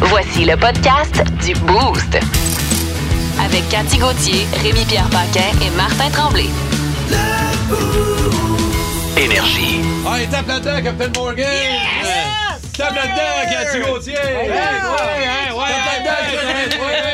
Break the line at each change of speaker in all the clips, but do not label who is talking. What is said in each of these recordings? Voici le podcast du Boost. Avec Cathy Gauthier, Rémi-Pierre Paquin et Martin Tremblay.
Énergie.
Ah, et tape là-dedans, Captain Morgan! Tape là-dedans, Cathy Gautier! Hey, ouais, ouais, ouais, tape là-dedans, ouais, ouais.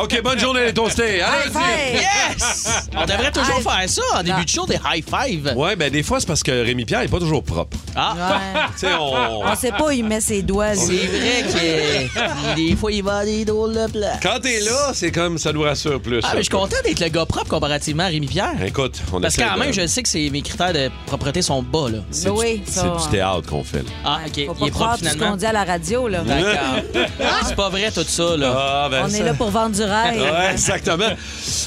OK, bonne journée les toastés! Allez-y!
Yes! On devrait toujours faire ça en début de show, des high five.
Ouais, ben des fois, c'est parce que Rémi-Pierre est pas toujours propre.
Ah!
Tu sais, on...
On sait pas où il met ses doigts, lui.
C'est vrai que des fois, il va à des drôles de plats.
Quand t'es là, c'est comme ça nous rassure plus.
Ah, mais je suis content d'être le gars propre comparativement à Rémi-Pierre.
Écoute, on
Parce que
essaie
quand
de-
même, je sais que c'est- mes critères de propreté sont bas, là.
C'est du-
Ben Oui, ça-
c'est du théâtre qu'on fait, là.
Ah, OK.
Faut
Il
pas
est propre,
croire tout ce qu'on
finalement.
dit à la radio, là. Ah!
D'accord. C'est pas vrai, tout ça, là.
Ah, ben
On
ça-
est là pour vendre du rêve.
Ouais, exactement.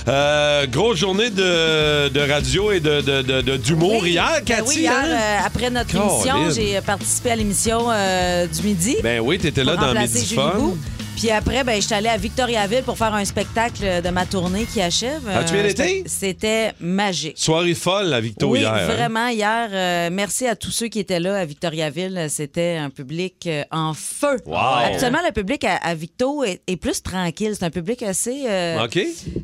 Euh, grosse journée de, de radio et de, de, de- de- d'humour
Oui.
hier,
Ben
Cathy.
oui, hier,
hein?
euh, après notre
Colin.
émission, j'ai euh, participé à l'émission euh, du midi.
Ben oui, t'étais là
pour
dans
remplacer
Midi
Julie
Fun.
Bou. Puis après, ben, je suis allée à Victoriaville pour faire un spectacle de ma tournée qui achève. Euh,
Ah, tu y as été?
C'était magique.
Soirée folle à Victo
oui,
hier. hein?
vraiment, hier, euh, merci à tous ceux qui étaient là à Victoriaville. C'était un public euh, en feu.
Wow.
Actuellement, le public à, à Victo est, est plus tranquille. C'est un public assez... euh,
OK.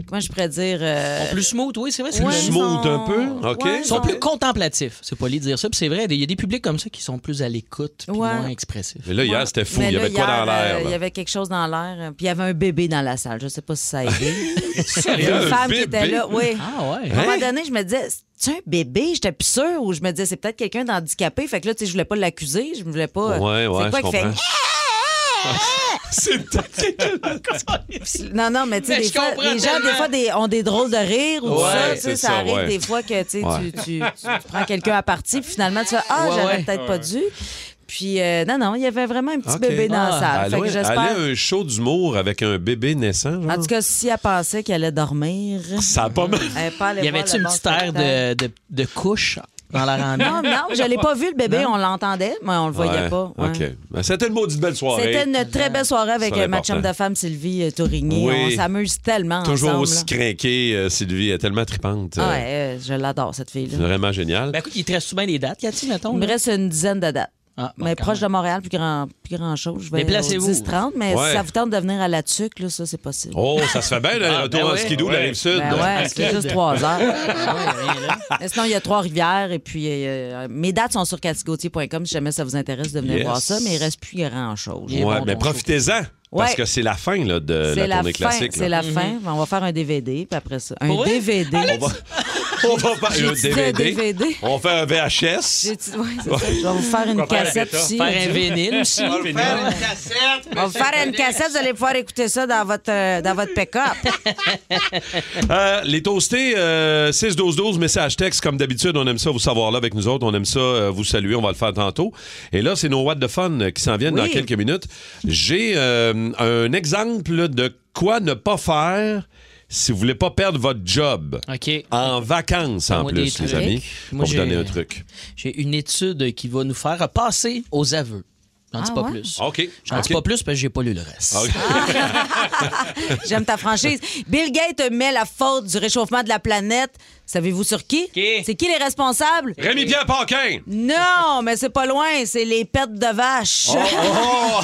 Comment je pourrais dire... euh,
Plus smooth, oui, c'est vrai. c'est
Plus
ouais,
plus-
ils
smooth
sont-
un peu. OK.
ouais,
Ils sont plus contemplatifs. C'est poli de dire ça. Puis c'est vrai, il y a des publics comme ça qui sont plus à l'écoute puis
Ouais.
moins expressifs.
Mais là, hier, c'était fou.
Mais
Il y
là,
avait quoi
hier,
dans l'air?
euh, Il y
là?
avait quelque chose dans l'air. euh, Puis il y avait un bébé dans la salle. Je sais pas si ça a aidé. Il y a
Un
une femme qui
bébé? Hein?
était là. Oui.
Ah ouais.
À un moment donné, je me disais, c'est un bébé? J'étais plus sûre. Ou je me disais, c'est peut-être quelqu'un d'handicapé. Fait que là, tu sais, je voulais pas l'accuser. Je voulais pas.
Ouais, ouais,
c'est quoi
je
qui fait.
comprends. C'est
Non, non, mais tu sais,
Mais
des
je
fois,
comprends
les gens, des
tellement.
fois, des- ont des drôles de rire ou tout
Ouais,
ça. Tu
c'est
sais,
ça,
ça arrive
ouais.
des fois que tu sais,
Ouais.
tu, tu- tu- tu prends quelqu'un à partie, puis finalement, tu fais Ah,
Ouais,
j'aurais
ouais.
peut-être pas dû. Puis, euh, non, non, il y avait vraiment un petit
Ok.
bébé dans la
Ah.
salle.
Allez,
Fait que
ben allez euh. à
j'espère.
un show d'humour avec un bébé naissant. genre.
En tout cas, si elle pensait qu'elle allait dormir.
ça a pas mal.
elle est pas allée
Il y
voir
avait-tu
le
une
bon
petite aire
spectacle.
de, de, de couche dans la randonnée?
Non, non, je l'ai pas vu le bébé, on l'entendait, mais on le voyait
Ouais,
pas. ouais.
OK. Ben, C'était une maudite belle soirée.
C'était une très belle soirée avec
Ça,
euh, ma
l'important.
chum de femme Sylvie euh, Tourigny.
Oui.
On s'amuse tellement
Toujours
ensemble.
aussi
là.
crinquée, euh, Sylvie. Elle est tellement tripante.
Ah
euh,
ouais, euh, je l'adore cette fille là.
Vraiment géniale.
Ben écoute, il te reste souvent des dates, Cathy, mettons.
Il me
là?
reste une dizaine de dates.
Ah, bon,
mais
quand
proche
même.
de Montréal, plus grand, plus grand chose. Je vais
Déplacez-vous.
au 10-30, mais
Ouais.
si ça vous tente de venir à la tuque, là, ça, c'est possible.
Oh, ça se fait bien, là, les
Ah,
retours
ben
en
oui.
skidoo de la
Ouais.
Rive-Sud.
Ben ouais, c'est juste trois heures.
Ah
Mais sinon, il y a Trois-Rivières et puis euh, mes dates sont sur catigautier.com si jamais ça vous intéresse de venir
Yes.
voir ça, mais il reste plus grand-chose.
Il est
Ouais,
bon,
mais
ton
profitez-en. Parce
Ouais.
que c'est la fin là, de
C'est
la
la,
tournée
fin,
classique. là.
c'est la fin. On va faire un DVD, puis après ça. Un
Mm-hmm. Pour vrai?
DVD.
On va, on va
J'ai
faire un
dit un
DVD.
DVD.
On fait un VHS.
J'ai dit- ouais, c'est ça. Je vais vous faire une cassette aussi.
Faire un vinyle aussi.
On va vous faire une cassette, vous allez pouvoir écouter ça dans votre, euh, dans votre pick-up.
Euh, les toastés, euh, 6-12-12, message texte, comme d'habitude, on aime ça vous savoir là avec nous autres, on aime ça euh, vous saluer, on va le faire tantôt. Et là, c'est nos What de Fun euh, qui s'en viennent
Oui.
dans quelques minutes. J'ai euh, un exemple de quoi ne pas faire si vous voulez pas perdre votre job.
OK.
En vacances, en
Moi, des
plus, les
trucs.
amis. pour
Moi,
vous
j'ai-
donner un truc.
J'ai une étude qui va nous faire passer aux aveux. J'en dis
Ah
pas
ouais?
plus.
OK.
J'en dis
OK. Ah
pas plus parce que j'ai pas lu le reste.
OK.
J'aime ta franchise. Bill Gates met la faute du réchauffement de la planète. Savez-vous sur qui?
Qui?
C'est qui les responsables?
Rémi-Pierre Paquin!
Non, mais c'est pas loin, c'est les pertes de
Oh,
vaches.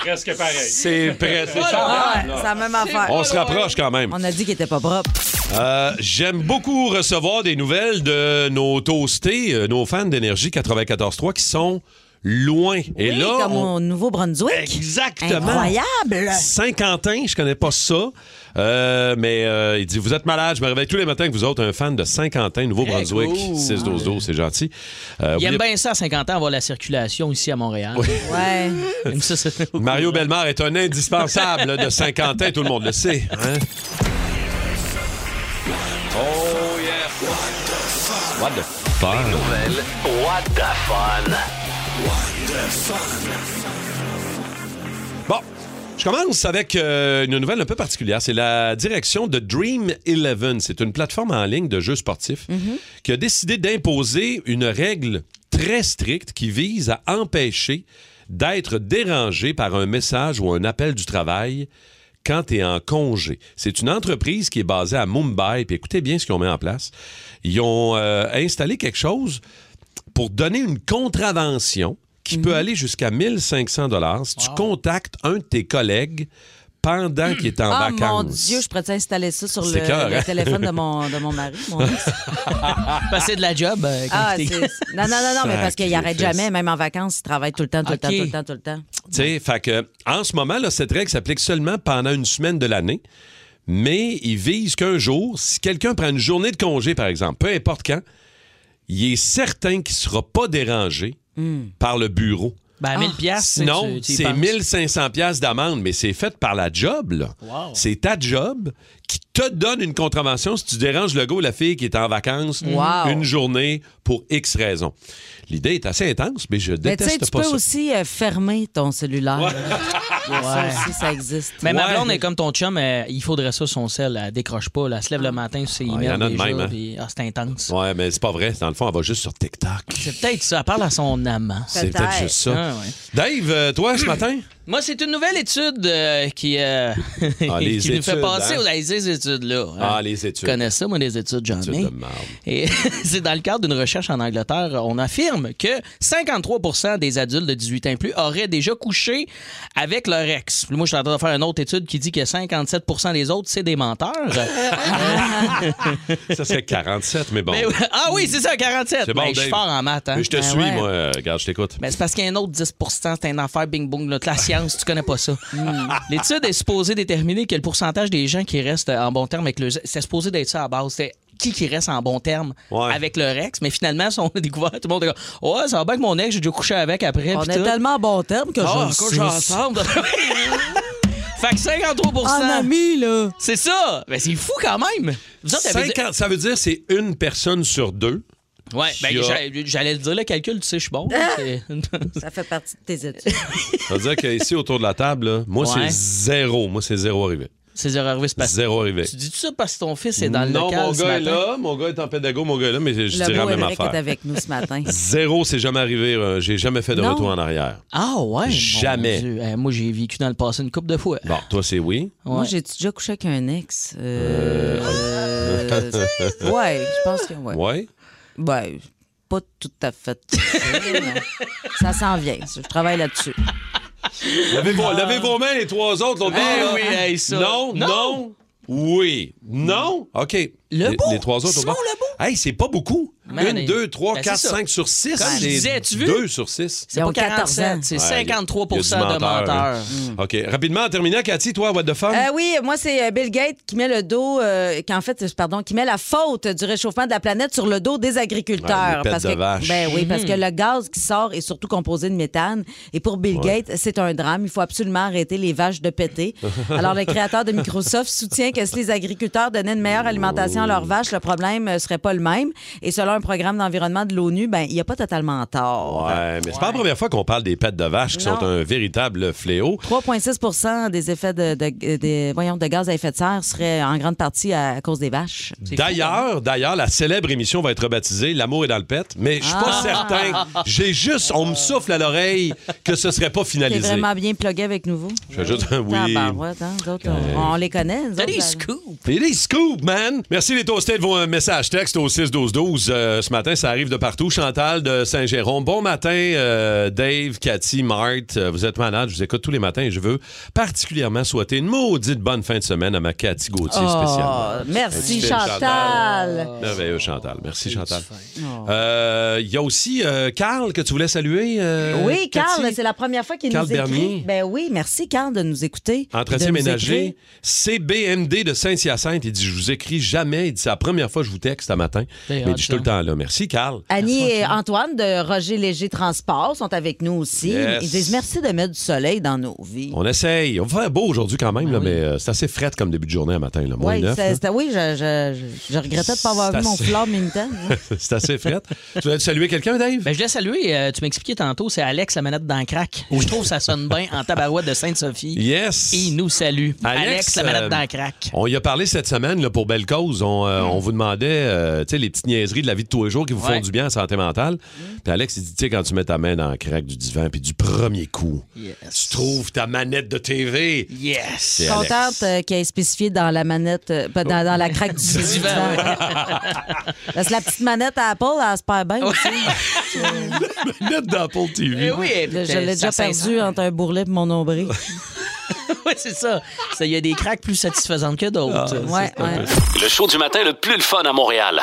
Presque pareil.
C'est prêt. c'est ça.
Ah ouais, c'est la même affaire.
On se rapproche quand même.
On a dit qu'il était pas propre.
Euh, J'aime beaucoup recevoir des nouvelles de nos toastés, euh, nos fans d'énergie 94.3 qui sont loin. Et
Oui,
là,
comme
on-
au Nouveau-Brunswick.
exactement.
Incroyable!
Saint-Quentin, je connais pas ça, Euh, mais euh, il dit Vous êtes malade, je me réveille tous les matins que vous êtes un fan de Saint-Quentin, Nouveau-Brunswick,
Hey, cool.
6-12-12, c'est gentil. Euh,
Il aime
oubliez-
bien ça à 50 ans avoir la circulation ici à Montréal.
Ouais.
Il aime ça, ça.
Mario Bellemare est un indispensable de Saint-Quentin, tout le monde le sait. hein? Oh yeah! What the fuck?
What the fun.
Je commence avec euh, une nouvelle un peu particulière. C'est la direction de Dream Eleven. C'est une plateforme en ligne de jeux sportifs qui a décidé d'imposer une règle très stricte qui vise à empêcher d'être dérangé par un message ou un appel du travail quand tu es en congé. C'est une entreprise qui est basée à Mumbai. Puis écoutez bien ce qu'ils ont mis en place. Ils ont euh, installé quelque chose pour donner une contravention qui
Mhm.
peut aller jusqu'à 1500 dollars si tu contactes un de tes collègues pendant qu'il est en
ah, mon
vacances.
Dieu, je pourrais installer ça sur
C'est
le,
cœur,
le
hein?
téléphone de mon, de mon mari. mon ex.
Passer de la job euh, quand
Ah,
t'es-
c'est- non, non, non, non, mais parce qu'il arrête
Sacrifice.
jamais, même en vacances, il travaille tout le temps, tout le temps,
Ok.
tout le temps, tout le temps.
Tu sais, fait que, en ce moment, là, cette règle s'applique seulement pendant une semaine de l'année, mais ils visent qu'un jour, si quelqu'un prend une journée de congé, par exemple, peu importe quand, il est certain qu'il ne sera pas dérangé par le bureau.
Hmm. Ben, à 1000
Ah.
piastres, tu sais,
Sinon,
tu- tu y
c'est
penses.
1500 pièces d'amende, mais c'est fait par la job. là.
Wow.
C'est ta job qui te donne une contravention si tu déranges le gars ou la fille qui est en vacances
Wow.
une journée pour X raisons. L'idée est assez intense, mais je
Mais tu sais,
déteste
tu
pas
peux
ça.
aussi euh, fermer ton cellulaire. Ça
Ouais.
aussi, ça existe.
Mais ma
Ouais.
blonde est comme ton chum, euh, il faudrait ça son sel, elle décroche pas, là, elle se lève le matin, c'est
Ah, il y en a de même, hein.
c'est intense.
Ouais, mais c'est pas vrai. Dans le fond, elle va juste sur TikTok.
C'est peut-être ça, elle parle à son amant.
C'est peut-être
Peut-être.
juste ça.
Ah, ouais.
Dave, euh, toi, ce matin?
Moi, Ah, c'est une nouvelle étude euh, qui, euh,
Ah, les
qui nous
études,
fait passer
hein?
aux à ces études-là.
Ah,
hein.
les études.
Je connais ça, moi, les études, j'en
Études
ai.
de marde.
Et c'est dans le cadre d'une recherche en Angleterre. On affirme que 53 des adultes de 18 ans et plus auraient déjà couché avec leur ex. Moi, je suis en train de faire une autre étude qui dit que 57 des autres, c'est des menteurs.
Ça serait 47, mais bon.
Mais- ah oui, c'est ça, 47.
C'est bon,
Ben, je suis
Dave.
fort en maths. hein.
Mais je te
Ben
suis,
ouais.
moi. Euh, Regarde, je t'écoute.
Ben, c'est parce qu'il y a un autre 10 c'est une affaire bing-bong. là. La science, tu connais pas ça.
Hmm.
L'étude est supposée déterminer quel pourcentage des gens qui restent en bon terme avec le. C'est supposé d'être ça à la base. C'est qui qui reste en bon terme
Ouais.
avec leur ex. Mais finalement, si on a découvert, tout le monde est comme Ouais, ça va bien que mon ex, j'ai déjà couché avec après.
On
pis
est
tout.
tellement bon terme que
Ah,
je
couche
le sais.
ensemble. fait que 53
En ami, là.
C'est ça. Ben, c'est fou quand même. Vous autres, avez dit-
50, ça veut dire que c'est une personne sur deux.
Ouais, ben,
Il y a-
j'allais- j'allais te dire le calcul, tu sais, je suis bon. C'est-
Ça fait partie de tes études.
Ça veut dire qu'ici, autour de la table, là, moi,
Ouais.
c'est zéro. Moi, c'est zéro arrivé.
C'est arrivé, c'est passé.
Zéro arrivé.
Tu dis ça parce que ton fils est dans le
non,
local
mon
ce
gars est
matin?
là, mon gars est en pédago, mon gars est là, mais je, je
Le
dirais
beau
la même
Eric est
affaire.
avec nous ce matin.
Zéro, c'est jamais arrivé. euh, J'ai jamais fait de
Non.
retour en arrière.
Ah ouais? mon
Jamais.
Dieu. Eh, moi, j'ai vécu dans le passé une couple de fois.
Bon, toi, c'est oui.
Moi,
Ouais.
j'ai déjà couché avec un ex. Euh, euh, ouais, je pense que ouais.
Ouais.
Ben, pas tout à fait. Non. ça s'en vient. Je travaille là-dessus.
Lavez vos, lavez vos mains, les trois autres, l'autre bord, là.
Ah. Ben oui, hey, ça. Hmm.
Non, non, Oui. Non. OK. les,
Lebeau.
les trois autres au
Simon
bord. Hey, c'est pas beaucoup.
Man,
Une,
hey.
deux, trois,
Ben,
quatre,
c'est ça.
cinq sur six.
Comme je
C'est
disais, tu veux?
Deux sur six.
C'est
Ils
pas
ont 14 ans. Hmm.
47, c'est
Ouais,
53
il y a du
de
menteur,
menteurs.
hein. OK. Rapidement, en terminant, Cathy, toi, what the fun?
Euh, oui, moi, c'est euh, Bill Gates qui met le dos, euh, qui en fait, euh, pardon, qui met la faute du réchauffement de la planète sur le dos des
Ouais,
agriculteurs.
les pètes de
que,
vache.
Ben oui, parce que le gaz qui sort est surtout composé de méthane. Et pour Bill Gates, c'est un drame. Il faut absolument arrêter les vaches de péter. Alors, le créateur de Microsoft soutient que si les agriculteurs donnaient une meilleure alimentation à
Oh.
leurs vaches, le problème euh, serait pas le même. Et selon un programme d'environnement de l'ONU, ben, il n'y a pas totalement tort.
Ouais, mais c'est pas la première fois qu'on parle des pets de vache qui
Non.
sont un véritable fléau.
3,6 des effets de, de- des- voyons, de gaz à effet de serre seraient en grande partie à, à cause des vaches.
C'est fou, hein?
D'ailleurs, d'ailleurs, la célèbre émission va être rebaptisée L'amour est dans le pet, mais je suis
Ah!
pas certain. J'ai juste, on me souffle à l'oreille que ce serait pas
T'es
finalisé.
Ah! vraiment bien plugué avec nouveau.
Je fais juste un oui.
Tabarouette, hein, nous autres, on, on les connaît. nous
T'as
autres,
des
la-
scoops.
Et les scoops, man! Merci les toastés de vos euh, messages texte au 6-12-12. Euh, ce matin, ça arrive de partout. Chantal de Saint-Jérôme. Bon matin, euh, Dave, Cathy, Marthe. Euh, vous êtes malade, je vous écoute tous les matins et je veux particulièrement souhaiter une maudite bonne fin de semaine à ma Cathy Gauthier
Oh,
spécialement.
merci
Merci,
Chantal.
Merveilleux, Chantal. Merci, Chantal. Euh, Il y a aussi euh, Carl que tu voulais saluer. euh,
Oui, Carl,
Cathy.
c'est la première fois qu'il
Carl
nous écrit.
Bernier.
Ben oui, merci Carl de nous écouter.
Entretien
de nous
ménager,
écrire.
CBMD de Saint-Hyacinthe. Il dit Je vous écris jamais. Il dit C'est la première fois que je vous texte ce matin.
C'est
Mais il
hot,
dit Je suis tout le temps
ça.
temps-là. Merci, Carl.
Annie et Antoine de Roger Léger Transport sont avec nous aussi.
Yes.
Ils disent merci de mettre du soleil dans nos vies.
On essaye. On va faire beau aujourd'hui quand même, là, mais euh, c'est assez fret comme début de journée à matin, là, moins
Oui,
neuf, là.
c'est- c'est- oui, je, je- je- je regrettais de ne pas avoir
C'est
vu mon
assez.
flore minitan.
C'est assez fret. tu voulais saluer quelqu'un, Dave?
Ben, je l'ai salué. euh, tu m'expliquais tantôt, c'est Alex la manette dans crack. Je trouve que ça sonne bien en tabarouette de Sainte-Sophie.
yes!
Il nous salue. Alex,
Alex,
la manette
euh,
dans crack.
On y a parlé cette semaine là, pour Belle Cause. On, euh, on vous demandait euh, tu sais, les petites niaiseries de la vie de tous les jours qui vous
Ouais. Mm.
font du bien en santé mentale. Puis Alex, il dit, tu sais, quand tu mets ta main dans le crack du divan, puis du premier coup,
Yes.
tu trouves ta manette de TV.
Yes.
C'est Alex.
Contente euh, qu'elle ait spécifié dans la manette, euh, pas dans, dans la craque du divan.
Ben
Parce que la petite manette à Apple, elle se perd bien aussi.
manette d'Apple TV.
Eh oui, eh,
Je l'ai
ça
déjà
s'insère.
perdue entre un bourrelet et mon nombril.
Ouais, c'est ça. Ça, Il y a des cracks plus satisfaisantes que
Ah,
d'autres.
Ouais, ouais.
Le show du matin le plus le fun à Montréal.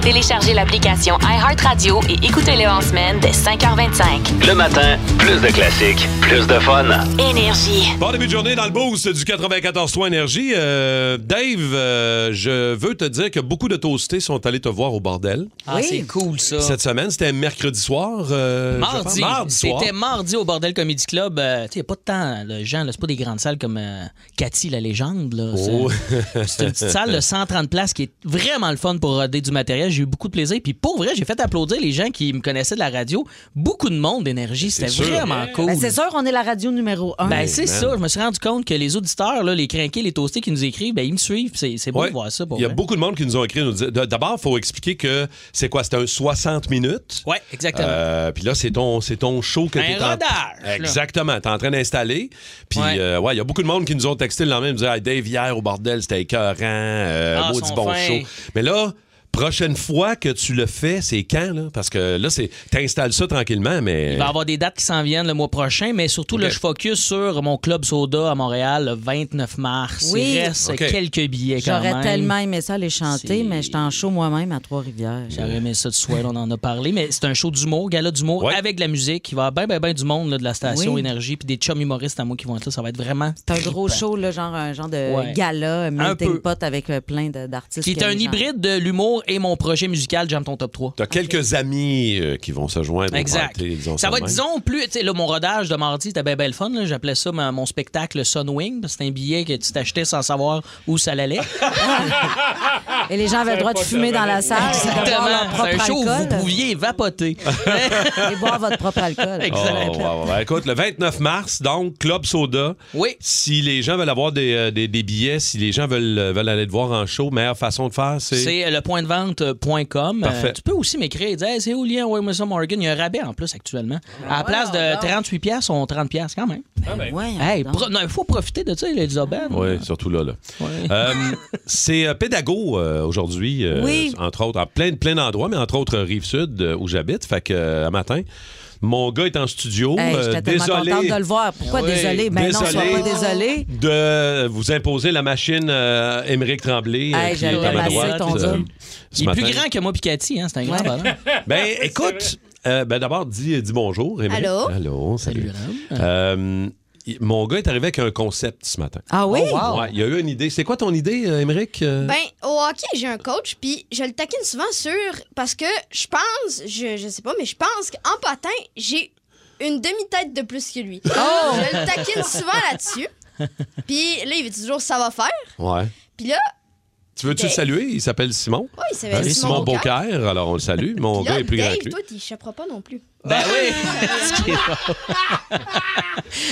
Téléchargez l'application iHeartRadio et écoutez-le en semaine dès 5h25.
Le matin, plus de classiques, plus de fun.
Énergie.
Bon début de journée dans le boost du 94-3 Énergie. Euh, Dave, euh, je veux te dire que beaucoup de toastés sont allés te voir au bordel.
Ah,
Oui.
c'est cool, ça.
Cette semaine, c'était mercredi soir. euh, je pense.
Mardi.
Mardi soir.
C'était mardi au Bordel Comedy Club. Euh, tu sais, y a pas de temps, là, Jean. là, C'est pas des grandes salles comme euh, Cathy, la légende. là.
Oh.
C'est c'est une petite salle de 130 places qui est vraiment le fun pour roder du matériel. J'ai eu beaucoup de plaisir. Puis pour vrai, j'ai fait applaudir les gens qui me connaissaient de la radio. Beaucoup de monde d'énergie. C'était
sûr.
vraiment cool.
Ben, c'est sûr, on est la radio numéro un.
Ben, c'est ça. Je me suis rendu compte que les auditeurs, là, les crinqués, les toastés qui nous écrivent, ben, ils me suivent. C'est c'est beau
Ouais.
de voir ça. Pour
Il y a
vrai.
beaucoup de monde qui nous ont écrit. nous dire- d- D'abord, il faut expliquer que c'est quoi? C'était un 60 minutes.
Ouais, exactement.
Euh, puis là, c'est ton, c'est ton show que
Un
t'es en-
rodage, là.
Exactement. T'es en train d'installer. Puis, euh, ouais,
Ouais.
il y a beaucoup de monde qui nous ont texté le lendemain. Ils me disaient, Hey, Dave, hier au bordel, c'était écœurant. euh,
Ah,
maudit
sont
bon
fins.
show. Mais là, prochaine fois que tu le fais, c'est quand, là? Parce que là, c'est, t'installes ça tranquillement, mais.
Il va y avoir des dates qui s'en viennent le mois prochain, mais surtout, là,
Ok.
je focus sur mon club soda à Montréal le 29 mars.
Oui.
Il reste
Ok.
quelques billets quand même.
J'aurais tellement aimé ça aller chanter,
C'est-
mais j'étais en show moi-même à Trois-Rivières.
J'aurais aimé ça de soir, on en a parlé, mais c'est un show d'humour, gala d'humour
Ouais.
avec de la musique. Il va y avoir bien, bien, bien ben du monde là, de la station
Oui.
Énergie puis des chums humoristes à moi qui vont être là. Ça va être vraiment.
C'est un gros
trippant.
show, là, genre un genre de
Ouais.
gala, un melting
peu.
pot avec euh, plein de- d'artistes.
Qui est
que
un
les gens-
hybride de l'humour et mon projet musical, J'aime ton top 3.
T'as quelques amis euh, qui vont se joindre. au
Exact.
party, disons
ça va être,
même.
disons, plus. Tu sais, là, mon rodage de mardi, c'était bien, bien le fun. là. J'appelais ça ma- mon spectacle Sunwing. C'était un billet que tu t'achetais sans savoir où ça allait.
Et les gens avaient le droit de fumer dans la salle, de boire leur
Exactement. C'est
propre
un show où vous
alcool
pouviez vapoter.
et boire votre propre alcool.
Oh,
Exact.
wow, wow. Écoute, le 29 mars, donc, Club Soda.
Oui.
Si les gens veulent avoir des, euh, des- des billets, si les gens veulent, euh, veulent aller te voir en show, meilleure façon de faire, c'est.
euh,
C'est euh, le point de vente.com.
Parfait.
tu peux aussi m'écrire et dire hey, c'est où lien ouais, moi ça Morgan, il y a un rabais en plus actuellement.
Ah,
À la place de 38 pièces, on 30 pièces quand même.
Ouais,
Hey,
Ben, donc.
pro- non, il faut profiter de ça, Elisabeth.
Oui, surtout là. là. Euh, c'est euh, pédago euh, aujourd'hui, euh,
Oui.
entre autres, à plein, plein d'endroits, mais entre autres Rive-Sud, euh, où j'habite. Fait que, euh, à matin, mon gars est en studio.
Hey,
euh,
J'étais tellement
désolé.
contente de le voir. Pourquoi
Oui.
désolé? Ben non, sois
Désolé.
pas désolé.
de vous imposer la machine euh, Émeric Tremblay euh,
Hey,
qui est
j'allais
à ma
masser
droite.
ton
euh,
gars.
ce
Il est plus
matin.
grand que moi Picati, hein, c'est un grand
Ouais.
ballon.
Ben, écoute, euh, ben d'abord, dis, dis bonjour. Émeric.
Allô?
Allô, salut.
Salut,
Euh, y- mon gars est arrivé avec un concept ce matin.
Ah oui?
Oh,
Ouais, il y a eu une idée. C'est quoi ton idée, euh, Émeric? Euh,
Ben, au hockey, j'ai un coach, puis je le taquine souvent sur. Parce que je pense, je, je sais pas, mais je pense qu'en patin, j'ai une demi-tête de plus que lui.
Oh!
Je le taquine souvent là-dessus. Puis là, il veut toujours ça va faire.
ouais.
Puis là,
Tu veux-tu le
Dave.
saluer? Il s'appelle Simon.
ben, oui, il s'appelle
Hein,
Simon Beaucaire.
Beaucaire. Alors, on le salue. Mon
Puis là,
gars est plus grand
Dave,
que lui. Ah!
toi, t'échapperas pas non plus.
Ben oui! Ce qui est drôle.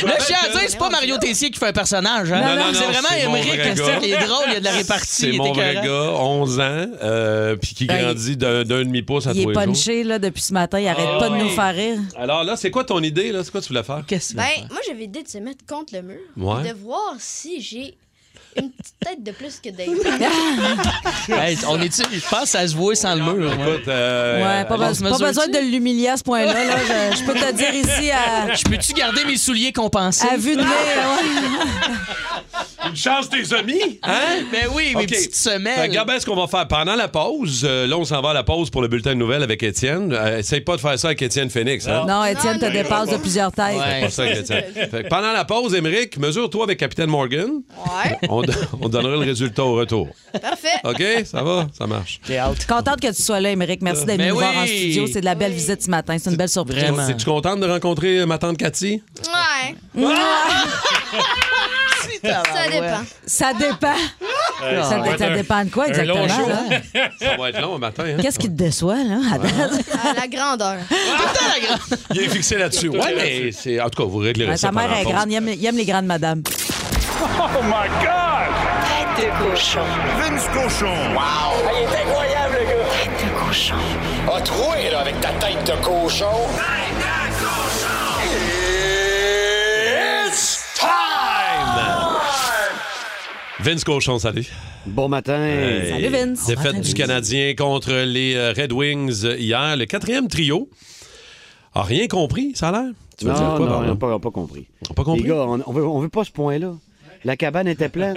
Là, je tiens à dire, c'est pas Mario Tessier qui fait un personnage. hein.
Non, non, non,
c'est vraiment
c'est mon
Émeric
vrai
c'est
gars.
qui est drôle, il y a de la répartie.
C'est
il est
mon vrai
écœurant.
gars, 11 ans, euh, puis qui
Ben,
grandit d'un d'un demi-pouce à
Il est
trois jours.
punché là, depuis ce matin. Il arrête pas de nous faire rire.
Alors là, c'est quoi ton idée? là? C'est quoi tu voulais faire?
Qu'est-ce que tu veux
Ben,
faire?
moi, j'avais idée de se mettre contre le mur.
Ouais.
et De voir si j'ai une petite tête de plus que Dave.
Hey, on est Je pense que ça se voit sans le mur. hein. ouais.
Écoute, euh,
Ouais, pas,
allez,
be-
se
pas
mesure-tu?
besoin de l'humilier à ce point-là. là. Je, je peux te dire ici à,
Je peux-tu garder mes souliers compensés?
à vue de nez. ouais.
Une chance des amis, hein?
Ben oui, mes
OK.
petites
Fait
semelles.
que Regarde bien ce qu'on va faire pendant la pause. euh, là, on s'en va à la pause pour le bulletin de nouvelles avec Étienne. Euh, essaye pas de faire ça avec Étienne Phoenix. Hein?
Non, Étienne te
Non, non,
dépasse de plusieurs têtes.
Ouais.
Pas ça avec Étienne. Fait que pendant la pause, Émeric, mesure-toi avec Capitaine Morgan.
Ouais,
On, don- on donnera le résultat au retour.
parfait.
OK? Ça va? Ça marche.
J'ai hâte.
Contente que tu sois là, Émeric. Merci d'être
Ben
venu nous voir en
oui.
studio. C'est de la belle visite ce matin. C'est une belle surprise.
Vraiment.
Es-tu contente de rencontrer euh, ma tante Cathy?
Ouais, ça dépend.
Ça dépend. ça,
Euh, va
dé- ça dépend de quoi exactement? là?
Ça va être long un matin. hein?
Qu'est-ce qui te déçoit, là, à date?
Ah, À la grandeur.
Il est fixé là-dessus. Ouais, mais c'est. En tout cas, vous réglerez
Ouais,
ça.
Ben, ta mère
pendant
est
la pause.
grande. Il aime, il aime les grandes madames.
Oh
Tête de cochon.
Ah, Il est incroyable, le gars!
Tête de cochon.
A troué, là, avec ta tête de cochon! Tête de cochon! It's time!
Vince Cochon, salut.
Bon matin.
Salut, Vince.
Défaite
Bon matin,
du
Vince.
Canadien contre les euh, Red Wings euh, hier. Le quatrième trio a rien compris, ça a l'air. Tu veux
non,
dire quoi,
non, on
Barbara?
n'a pas, on a pas compris.
On a pas compris?
Les gars, on, on veut, on veut pas ce point-là. La cabane était pleine.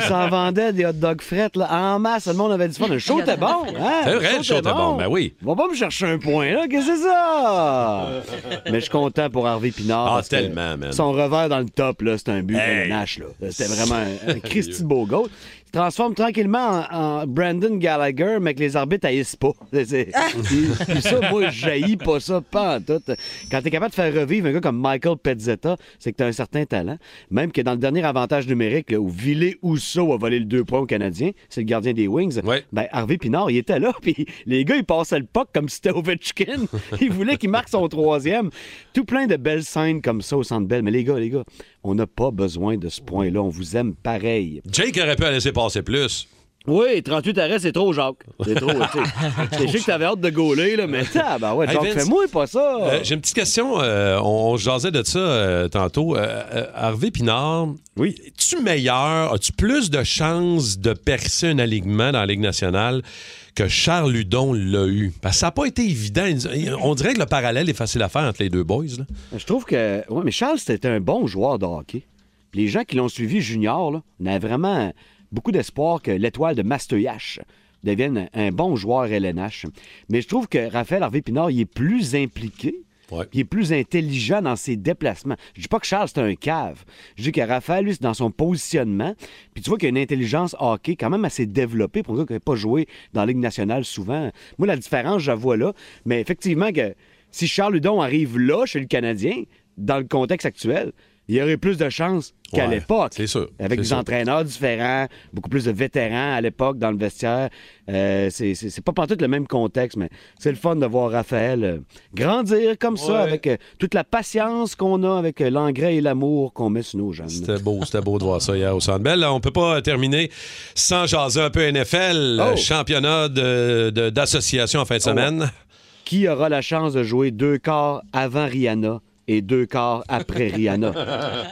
s'en vendaient des hot dogs frettes là, en masse. Le monde avait du fun. Le show était bon. Hein?
C'est vrai, le show était bon, ben oui.
Ils vont pas me chercher un point, là. Qu'est-ce que c'est ça? Mais je suis content pour Harvey Pinard.
Ah,
parce que
tellement, man.
Son revers dans le top, là, c'est un but de Nash, là. Euh, C'était vraiment un, un Christy de beau goal. Il se transforme tranquillement en, en Brandon Gallagher, mais que les arbitres haïssent pas. C'est- c'est- Puis puis ça, moi, je jaillis pas ça, pas en tout. Quand t'es capable de faire revivre un gars comme Michael Pezzetta, c'est que t'as un certain talent. Même que dans le dernier avantage numérique, là, où Ville Ousso a volé le deux points au Canadien, c'est le gardien des Wings,
Ouais.
ben, Harvey Pinard, il était là, puis les gars, ils passaient le puck comme si c'était Ovechkin. Ils voulaient qu'il marque son troisième. Tout plein de belles scènes comme ça au Centre Bell. Mais les gars, les gars, on n'a pas besoin de ce point-là. On vous aime pareil.
Jake aurait pu en laisser passer plus.
Oui, 38 arrêts, c'est trop, Jacques. C'est trop, tu sais. Je sais que t'avais hâte de gauler, là, mais ah, ben ouais,
Hey,
Jacques,
Vince.
fais-moi pas ça.
Euh, J'ai une petite question. euh, on, on se jasait de ça euh, tantôt. Euh, euh, Harvey Pinard,
Oui.
es-tu meilleur, as-tu plus de chances de percer un alignement dans la Ligue nationale que Charles Hudon l'a eu? Parce que ça n'a pas été évident. On dirait que le parallèle est facile à faire entre les deux boys. là.
Euh, Je trouve que. Oui, mais Charles, c'était un bon joueur de hockey. Puis Les gens qui l'ont suivi junior, là, on a vraiment beaucoup d'espoir que l'étoile de Mastoyache devienne un bon joueur LNH. Mais je trouve que Raphaël Harvey Pinard, il est plus impliqué.
Ouais.
Il est plus intelligent dans ses déplacements. Je dis pas que Charles, c'est un cave. Je dis que Raphaël, lui, c'est dans son positionnement. Puis tu vois qu'il y a une intelligence hockey quand même assez développée pour un gars qui n'a pas joué dans la Ligue nationale souvent. Moi, la différence, je la vois là. Mais effectivement, que si Charles Hudon arrive là, chez le Canadien, dans le contexte actuel, il y aurait plus de chances qu'à
Ouais,
l'époque.
c'est sûr,
Avec
c'est
des
sûr.
entraîneurs différents, beaucoup plus de vétérans à l'époque dans le vestiaire. Euh, c'est- c'est c'est pas partout le même contexte, mais c'est le fun de voir Raphaël euh, grandir comme ça, avec euh, toute la patience qu'on a, avec euh, l'engrais et l'amour qu'on met sur nos jeunes.
C'était beau, c'était beau de voir ça hier au Centre Bell. Ben On peut pas terminer sans jaser un peu NFL,
Oh!
championnat de- de- d'association en fin de
Oh.
semaine.
Qui aura la chance de jouer deux quarts avant Rihanna et deux quarts après Rihanna?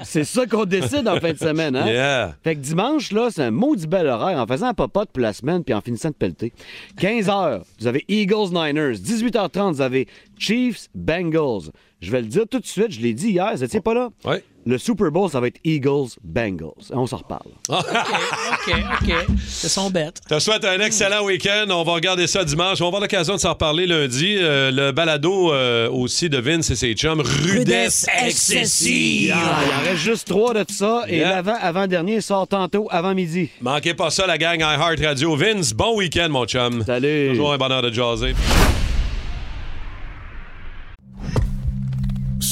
c'est ça qu'on décide en fin de semaine, hein?
Yeah.
Fait que dimanche, là, c'est un maudit bel horaire en faisant un popote pour la semaine puis en finissant de pelleter. 15h, vous avez Eagles-Niners. 18h30, vous avez Chiefs-Bengals. Je vais le dire tout de suite, je l'ai dit hier, vous étiez pas là?
Ouais.
Le Super Bowl, ça va être Eagles-Bengals. On s'en reparle.
OK, OK. C'est son bête.
Je te souhaite un excellent week-end. On va regarder ça dimanche. On va avoir l'occasion de s'en reparler lundi. Euh, le balado euh, aussi de Vince et ses chums. Rudesse excessive.
Ah, il en reste juste trois de ça et
Yeah.
l'avant-avant-dernier sort tantôt avant midi.
Manquez pas ça, la gang iHeart Radio. Vince, bon week-end, mon chum.
Salut!
Toujours un bonheur de jaser.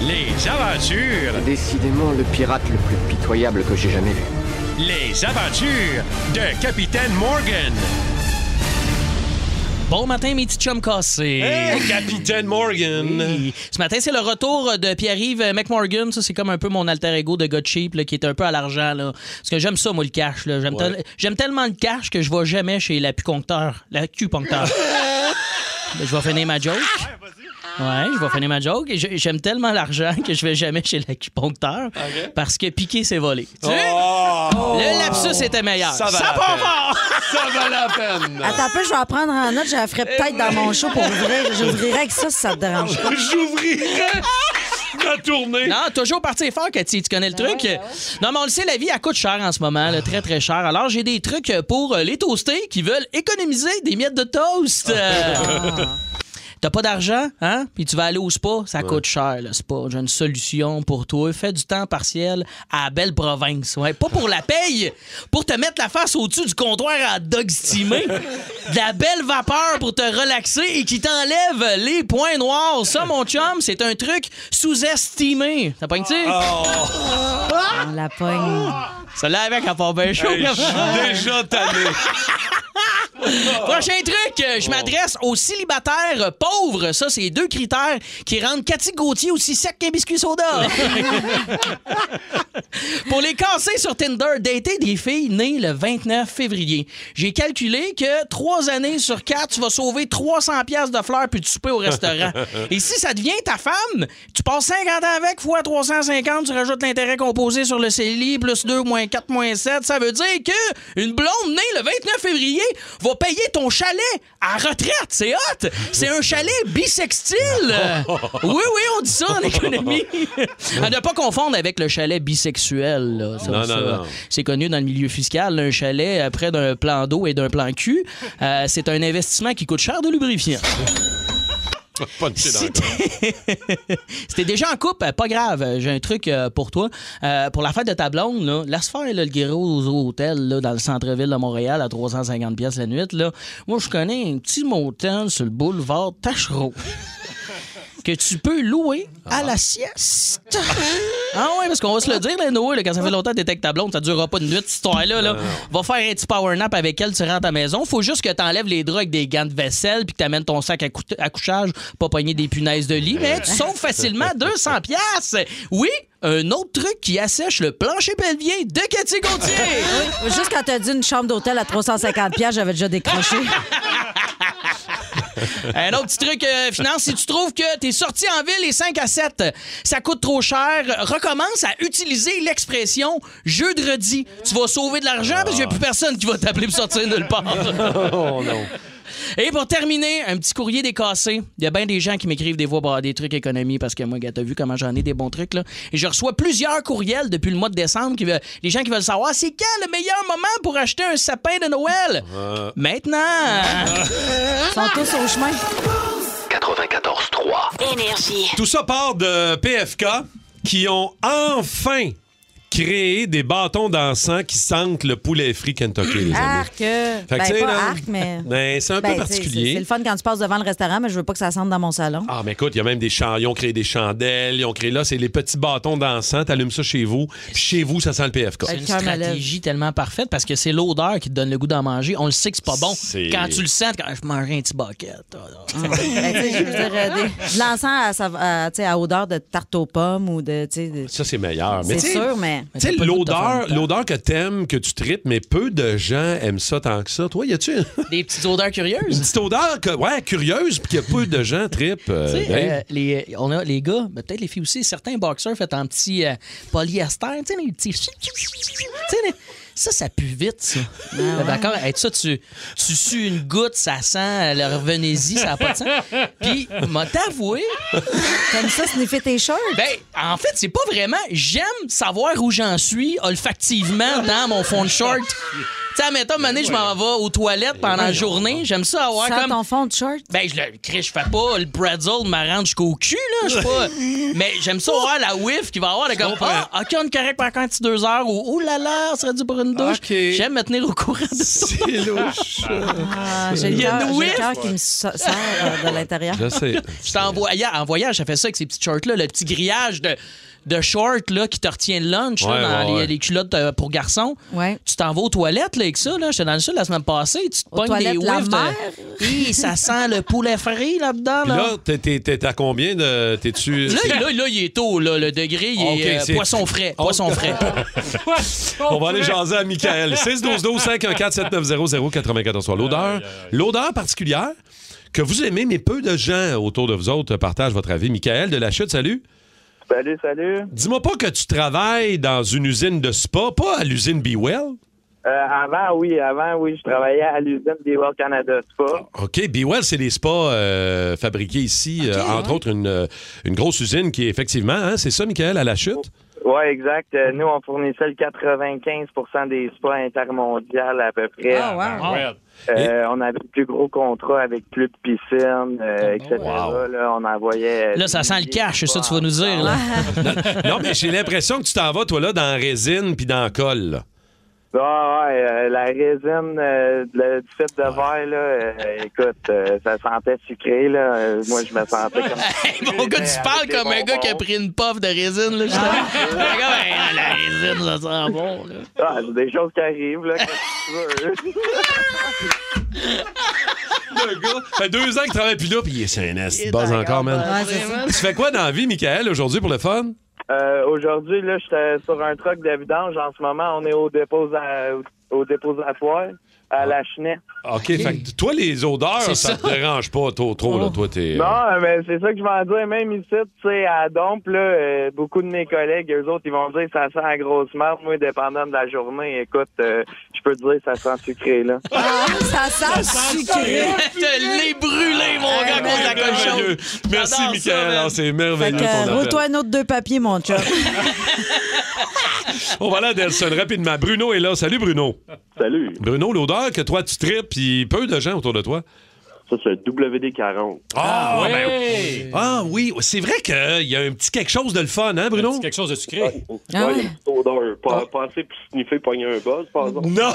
Les aventures,
Décidément le pirate le plus pitoyable que j'ai jamais vu.
les aventures de Capitaine Morgan.
Bon matin, mes petits chums cassés.
Hey, Capitaine Morgan.
Oui. Ce matin, c'est le retour de Pierre-Yves McMorgan. Ça, c'est comme un peu mon alter ego de gars cheap là, qui est un peu à l'argent. là. Parce que j'aime ça, moi, le cash. là. J'aime
Ouais.
tel- j'aime tellement le cash que je vais jamais chez l'acupuncteur. L'acupuncteur. Ben, je vais finir ma joke. Ouais, je vais finir ma joke. Je- J'aime tellement l'argent que je vais jamais chez l'acupuncteur parce que piquer, c'est voler. Tu
Oh!
sais? Le lapsus était meilleur.
Ça va
Ça
la
part
peine.
fort!
Ça va la peine.
Attends un peu, je vais en prendre en note. Je la ferai peut-être dans mon show pour ouvrir. J'ouvrirai avec ça si ça te dérange pas.
J'ouvrirai ma tournée.
Non, toujours partir fort, Cathy. Tu connais le truc? Non, mais on le sait, la vie, elle coûte cher en ce moment, là, très, très cher. Alors, j'ai des trucs pour euh, les toastés qui veulent économiser des miettes de toast. Euh,
Ah.
T'as pas d'argent, hein? Puis tu vas aller au spa, ça coûte cher, le spa. J'ai une solution pour toi. Fais du temps partiel à la belle province. Ouais. Pas pour la paye, pour te mettre la face au-dessus du comptoir à dog stimé. De la belle vapeur pour te relaxer et qui t'enlève les points noirs. Ça, mon chum, c'est un truc sous-estimé. T'as pas tu
Oh.
On la pogne.
Ça là avec à part bien chaud.
Hey, Je suis déjà tanné.
Prochain truc, euh, je m'adresse aux célibataires euh, pauvres. Ça, c'est les deux critères qui rendent Cathy Gauthier aussi sec qu'un biscuit soda. Pour les cassés sur Tinder, dater des filles nées le 29 février. J'ai calculé que trois années sur quatre, tu vas sauver 300 pièces de fleurs puis de souper au restaurant. Et si ça devient ta femme, tu passes 50 ans avec fois 350, tu rajoutes l'intérêt composé sur le CELI, plus 2, moins 4, moins 7. Ça veut dire que une blonde née le 29 février va payer ton chalet à retraite. C'est hot! C'est un chalet bisextile! Oui, oui, on dit ça en économie. à ne pas confondre avec le chalet bisexuel. là. Ça,
Non,
ça,
non, non.
C'est connu dans le milieu fiscal, là, un chalet euh, près d'un plan d'eau et d'un plan cul. Euh, c'est un investissement qui coûte cher de lubrifiant.
Pas de pied dans
Si
la gorge.
t'es si t'es déjà en couple, euh, pas grave, euh, j'ai un truc euh, pour toi. Euh, pour la fête de ta blonde, là, laisse faire là, le gros hôtel là, dans le centre-ville de Montréal à 350 pièces la nuit. Là. Moi, je connais un petit motel sur le boulevard Tachereau que tu peux louer
Ah,
à la sieste. ah ouais, parce qu'on va se le dire, là, Noé, là, quand ça fait longtemps que t'es avec ta blonde, ça durera pas une nuit, cette histoire-là. Là. Va faire un petit power nap avec elle, tu rentres à la maison. Faut juste que t'enlèves les draps avec des gants de vaisselle puis que t'amènes ton sac à, cou- à couchage, pas pogner des punaises de lit, mais tu sauves facilement 200 pièces. Oui, un autre truc qui assèche le plancher pelvien de Cathy Gauthier.
Juste quand t'as dit une chambre d'hôtel à 350 pièces, j'avais déjà décroché.
Un autre petit truc euh, finance, si tu trouves que t'es sorti en ville les 5 à 7, euh, ça coûte trop cher, euh, recommence à utiliser l'expression jeudi. Tu vas sauver de l'argent parce qu'il n'y a plus personne qui va t'appeler pour sortir nulle part.
Oh,
Et pour terminer, un petit courrier décassé. Il y a bien des gens qui m'écrivent des voix bah, des trucs économie parce que moi, gars, t'as vu comment j'en ai des bons trucs là. Et je reçois plusieurs courriels depuis le mois de décembre qui veulent- les gens qui veulent savoir c'est quand le meilleur moment pour acheter un sapin de Noël.
Euh.
Maintenant.
Ils sont tous au chemin.
94.3.
Énergie.
Tout ça part de PFK qui ont enfin créé des bâtons d'encens qui sentent le poulet frit Kentucky, les amis.
Arc. euh,
Fait que,
ben,
tu sais,
pas
là,
arc, mais.
ben, c'est un
Ben,
peu
tu sais,
particulier.
C'est c'est le fun quand tu passes devant le restaurant, mais je veux pas que ça sente dans mon salon.
Ah, mais écoute, il y a même des champs. Ils ont créé des chandelles, ils ont créé là, c'est les petits bâtons d'encens. T'allumes ça chez vous, puis chez vous, ça sent le PFK.
C'est
Le
une
cœur me lève.
stratégie tellement parfaite parce que c'est l'odeur qui te donne le goût d'en manger. On le sait que c'est pas bon.
C'est-
Quand tu le sens, quand je mangerai un petit bucket.
Ben, tu sais, je veux dire, euh, des- de l'encens à, sav- à, tu sais, à odeur de tarte aux pommes ou de. tu sais, de-
Ça, c'est meilleur. Mais
C'est
tu sais, tu
sûr, mais.
sais,
Mais t'as pas le goût de te faire
l'odeur,
une tarte.
l'odeur que t'aimes, que tu tripes, mais peu de gens aiment ça tant que ça. Toi, y a-tu une
Des petites odeurs
une
curieuses.
petite odeur que, ouais, curieuse, puis que peu de gens tripent? euh,
Tu sais,
Dave?
euh, les, on a les gars, mais peut-être les filles aussi, certains boxeurs faits en petit euh, polyester, tu sais, les petits. Tu sais, les- ça, ça pue vite, ça.
Ah
Ben, D'accord? Hey, ça, tu, tu sues une goutte, ça sent, le revenez-y, ça n'a pas de sens. Puis, m'a t'avoué,
Comme ça, sniffer tes shirts.
Ben, en fait, c'est pas vraiment. J'aime savoir où j'en suis olfactivement dans mon fond de short. Tu sais, mettons, donné, je m'en vais aux toilettes pendant la journée. J'aime ça avoir
Sans
Ah comme.
ton fond de shirt.
Ben, je le crie, je fais pas le bretzel me rend jusqu'au cul, là. Je sais pas. Mais j'aime ça avoir la whiff qui va avoir de comme. Ah, ok, on est correct par contre, deux heures ou oh là là, on serait dû pour une douche.
Ok.
J'aime me tenir au courant de ça.
C'est louche.
Ah, J'ai le
Il y a
cœur
une
j'ai
whiff.
le cœur qui me so- sort euh, de l'intérieur.
Je sais.
Je t'en voyais- en voyage, ça fait ça avec ces petits shorts-là, le petit grillage de, de shorts là, qui te retient le lunch là,
Ouais,
dans
ouais,
les,
ouais.
les culottes euh, pour garçons.
Ouais.
Tu t'en vas aux toilettes, là, avec ça. Là. J'étais dans le sud la semaine passée. Tu te pognes des
toilettes de la
whiffs
mer.
de... Hi, ça sent le poulet frit là-dedans.
Puis là, t'es- t'es t'es à combien de. T'es-tu.
Ah, Là, il- là, là, il est tôt, là, le degré, il
Ok,
est euh,
c'est- Oh.
poisson frais. Poisson frais.
On va aller jaser à Michael. 612-514-7900-94. L'odeur, l'odeur particulière que vous aimez, mais peu de gens autour de vous autres partagent votre avis. Michael de la Chute, salut.
Salut, salut.
Dis-moi pas que tu travailles dans une usine de spa, pas à l'usine Be Well.
Euh, avant, oui, avant, oui, je travaillais à l'usine des World Canada Spa.
OK, Be Well, c'est des spas euh, fabriqués ici, euh, entre autres une, euh, une grosse usine qui est effectivement, hein, c'est ça, Michael, à la Chute?
Ouais, exact. Euh, Nous, on fournissait le 95 des spas intermondiales à peu près.
Ah, wow. Ah, ouais.
Euh, On avait le plus gros contrat avec plus de piscine, euh, etc. Là, on envoyait. euh,
Là, ça sent le cash, c'est ça que tu vas nous dire. Là.
non, mais j'ai l'impression que tu t'en vas, toi, là, dans la résine puis dans le colle. là.
Ah, ouais, euh, la résine euh, de la- du fait de verre, là, euh, écoute, euh, ça sentait sucré, là. Euh, Moi, je me sentais comme.
Mon gars, tu parles comme un gars qui a pris une puff de résine. Là, justement. Le gars, ben, ah, la résine, ça sent bon. là.
Ah, c'est des choses qui arrivent, là, quand tu veux.
Le gars, fait deux ans qu'il travaille plus là, puis il est CNS. Il base
d'accord,
encore, man.
ouais, c'est ça.
tu fais quoi dans la vie, Michael, aujourd'hui, pour le fun?
Euh, Aujourd'hui, là, j'étais sur un truck de vidange. En ce moment, on est au déposa- au déposatoire à la chenette.
OK, fait que toi, les odeurs, ça,
C'est
te dérange pas trop, trop
Oh.
là. Toi, t'es.
Non, euh, mais c'est ça que je vais en dire. Même ici, tu sais, à Dompe, là, euh, beaucoup de mes collègues, eux autres, ils vont dire ça sent la grosse merde. Moi, dépendant de la journée, écoute, euh, je peux te dire ça sent sucré, là.
Ah, Ça sent sucré. Ah,
Je l'ai brûlé, mon gars, à cause de la colle chaude.
Merci,
J'adore ça,
Michael.
man.
Ah, c'est
Fait
merveilleux
que,
ton appel.
roule-toi un autre deux papiers, mon chat.
On va là, Delson, rapidement. Bruno est là. Salut, Bruno.
Salut.
Bruno, l'odeur que toi, tu tripes, puis peu de gens autour de toi.
Ça, c'est WD-40.
Ah, ben oui. Ah oui, c'est vrai qu'il y a un petit quelque chose de le fun, hein, Bruno? Quelque chose de sucré.
Ah, Ouais, il y a une petite odeur. Pas, pas assez pour sniffer, pogner un buzz, par exemple.
Non!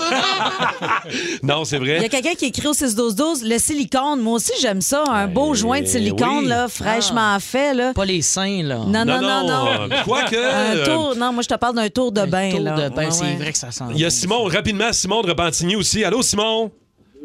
non, c'est
Il y
vrai.
a quelqu'un qui écrit au 6-12-12, le silicone. Moi aussi, j'aime ça. Un
Ben,
beau joint de silicone,
oui.
là, fraîchement fait. Là.
Ah. Pas les seins, là.
Non, non, non, non.
Quoique,
Un
euh,
tour, non, moi, je te parle d'un tour de bain.
tour
là.
de bain,
Ouais,
c'est
ouais.
vrai que ça sent.
Il y a Simon, rapidement, Simon de Repentigny aussi. Allô, Simon?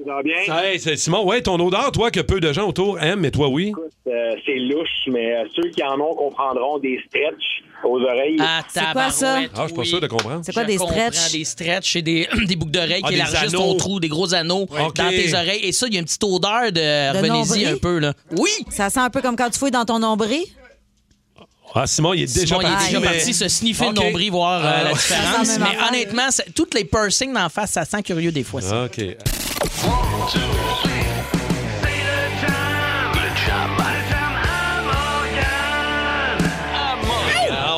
Ça va bien?
Hey, c'est Simon, ouais, ton odeur, toi, que peu de gens autour aiment, mais toi, oui.
Euh, c'est louche, mais euh, ceux qui en ont comprendront des stretches aux oreilles.
Ah, C'est quoi ça? tabarouette,
Ah, je suis pas
oui.
sûr de comprendre.
Je comprends Des stretchs et des, des boucles d'oreilles
Ah,
qui
des
élargissent
anneaux.
ton trou, des gros anneaux
Ouais.
dans
Ok.
tes oreilles. Et ça, il y a une petite odeur de.
De
Revenez-y
nombril.
un peu, là. Oui!
Ça sent un peu comme quand tu fouilles dans ton nombril.
Ah, Simon, il est déjà
Simon, il est
parti.
déjà
mais-
parti se sniffer
Ok.
le nombril, voir euh,
Ah,
la
ouais.
différence.
Ça sent la même
Mais
affaire.
honnêtement, ça- toutes les piercings d'en face, ça sent curieux des fois. ça.
Ah, OK. Ah,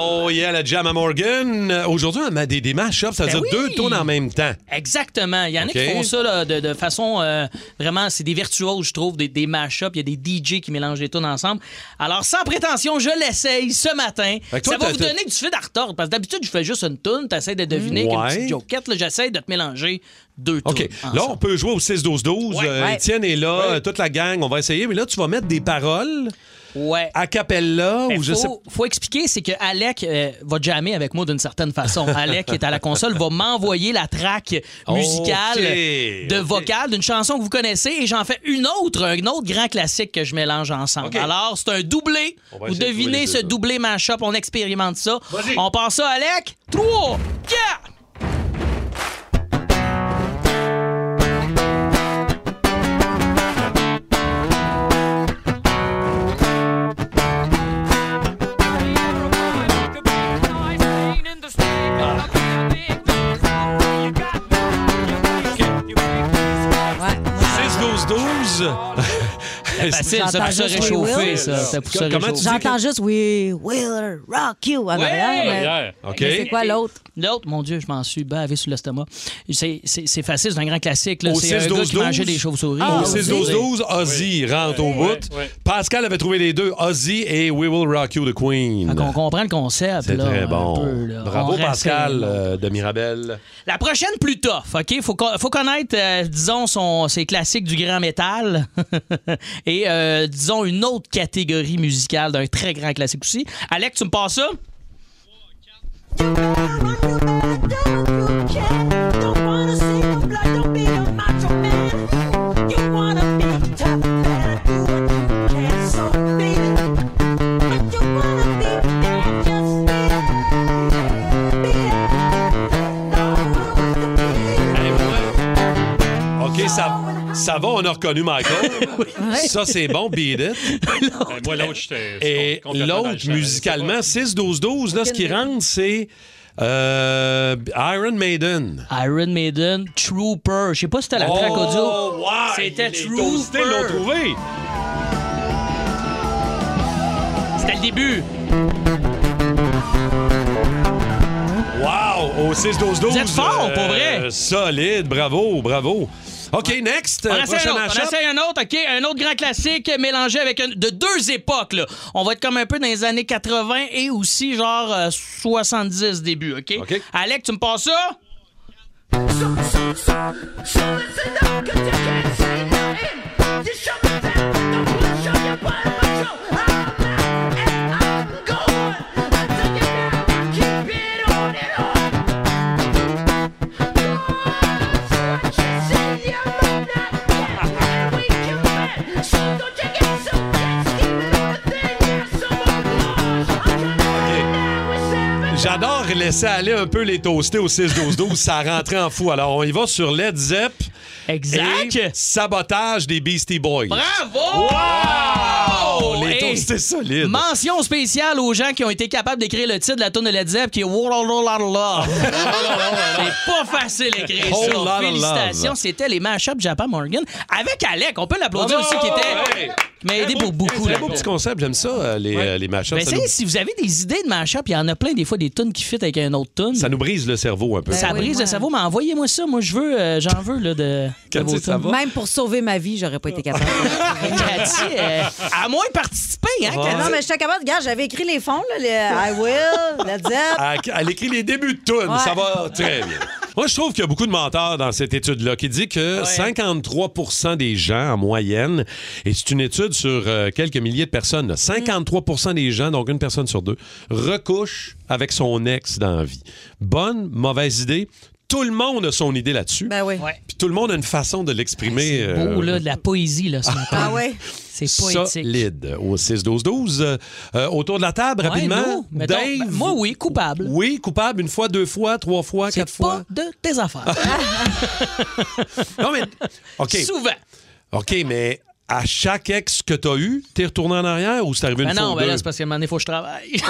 Oh yeah, la jam à Morgan. Euh, Aujourd'hui, on a des, des mash-ups, ça veut
Ben
dire
oui.
deux tonnes en même temps.
Exactement. Il y en a
Ok.
qui font ça là, de, de façon euh, vraiment, c'est des virtuoses, je trouve, des, des mash-ups. Il y a des DJ qui mélangent les tunes ensemble. Alors, sans prétention, je l'essaye ce matin.
Fait que toi,
ça va
t'as-
vous
t'as-
donner du fil d'artorde. Parce que d'habitude, je fais juste une tune, t'essayes de deviner
Mm. Ouais.
qu'une petite joquette. là, J'essaie de te mélanger deux tunes.
OK. Là, on peut jouer au 6-12-12. Euh,
Ah, Ouais.
Étienne est là, euh, toute la gang, on va essayer. Mais là, tu vas mettre des paroles
ouais.
a cappella
Il
ou je sais
Ben, faut, faut expliquer, c'est que Alec euh, va jammer avec moi d'une certaine façon. Alec qui est à la console, va m'envoyer la track musicale
Ok,
de
ok.
vocale d'une chanson que vous connaissez et j'en fais une autre, un autre grand classique que je mélange ensemble. Alors, c'est un doublé.
On va
Vous
essayer de jouer les
devinez
deux,
ce
là.
doublé mashup, on expérimente ça. On passe ça, Alec. 3, 4.
pas. 6-12-12.
Facile, ça pour se
juste
réchauffer,
Will.
ça. C'est pour se
Comment
réchauffer.
tu dis
J'entends juste We Will Rock You en arrière, mais-
OK.
mais c'est quoi l'autre?
L'autre, mon Dieu, je m'en suis bavé sur l'estomac. C'est c'est- c'est facile, c'est un grand classique. là.
Au
C'est un gars qui
6-12-12.
mangeait des chauves-souris.
Ah,
Ah,
Au 6-12-12, Ozzy rentre au bout. Pascal avait trouvé les deux, Ozzy et We Will Rock You, The Queen.
On comprend le concept.
C'est
là,
très
un
bon.
peu, là. On
Bravo,
reste-
Pascal euh, de Mirabel.
La prochaine, plus tough, OK? Faut, con- faut connaître, euh, disons, son, ses classiques du grand métal et, euh, disons, une autre catégorie musicale d'un très grand classique aussi. Alec, tu me passes ça?
savon, on a reconnu Michael. Ça, c'est bon, beat it.
Euh, moi, l'autre, j'étais.
Et l'autre, musicalement, 6-12-12, là, ce qui rentre, c'est euh, Iron Maiden.
Iron Maiden, Trooper. Je sais pas si c'était la track audio.
wow!
C'était
Les
Trooper.
toastés l'ont trouvé.
C'était le début.
Wow! Au 6-12-12.
Vous êtes fort, pour vrai.
euh, Solide, bravo, bravo. OK, next.
On
euh,
essaie
prochain
un autre, on
achat.
essaie un autre, OK? Un autre grand classique mélangé avec un- de deux époques, là. On va être comme un peu dans les années 80 et aussi, genre, euh, 70 début, OK? Alec, tu me passes ça?
J'adore laisser aller un peu les toastés au 6-12-12. ça rentrait en fou. Alors, on y va sur Led Zepp.
Exact.
Et sabotage des Beastie Boys.
Bravo!
Wow! Oh, Les
Hey!
toastés solides.
Mention spéciale aux gens qui ont été capables d'écrire le titre de la tourne de Led Zepp qui est Walalalala. C'est pas facile d'écrire
Oh
ça.
là là là.
Félicitations, c'était les mashups Japan Morgan avec Alec. On peut l'applaudir aussi qui était qui m'a aidé pour beaucoup.
C'est
là.
un beau petit concept. J'aime ça, euh, les, euh, les mashups.
Ben,
Ça
c'est-
nous-
si vous avez des idées de mashup, il y en a plein des fois des tunes qui fit avec un autre tune.
Ça nous brise le cerveau un peu.
Ben
ça brise le cerveau, mais envoyez-moi ça. Moi, je veux, euh, j'en veux là, de, de vos tunes.
Même pour sauver ma vie, j'aurais pas été capable.
Cathy, euh, à moins de participer, hein,
Ah,
Cathy?
Non, mais je suis capable. Regarde, j'avais écrit les fonds, là, les I will, Led Zepp.
Elle, elle écrit les débuts de tunes.
Ouais.
Ça va très bien. Moi, je trouve qu'il y a beaucoup de menteurs dans cette étude-là qui dit que 53 des gens en moyenne, et c'est une étude sur euh, quelques milliers de personnes,
Mm.
là, 53 des gens, donc une personne sur deux, recouche avec son ex dans la vie. Bonne, mauvaise idée? Tout le monde a son idée là-dessus.
Ben oui.
Puis tout le monde a une façon de l'exprimer. euh,
Beau, là, de la poésie, là, ce matin.
Ah ouais.
C'est poétique.
solide au 6-12-12. Euh, euh, autour de la table,
Ouais,
rapidement.
nous, mettons, ben, moi, oui, coupable.
Oui, coupable une fois, deux fois, trois fois, quatre fois.
de tes affaires.
Non, mais. OK.
Souvent.
OK, mais à chaque ex que tu as eu, t'es retourné en arrière ou c'est arrivé
Ben
une
non,
fois
ben
ou
là,
deux?
c'est parce qu'à un moment donné, il faut que je travaille.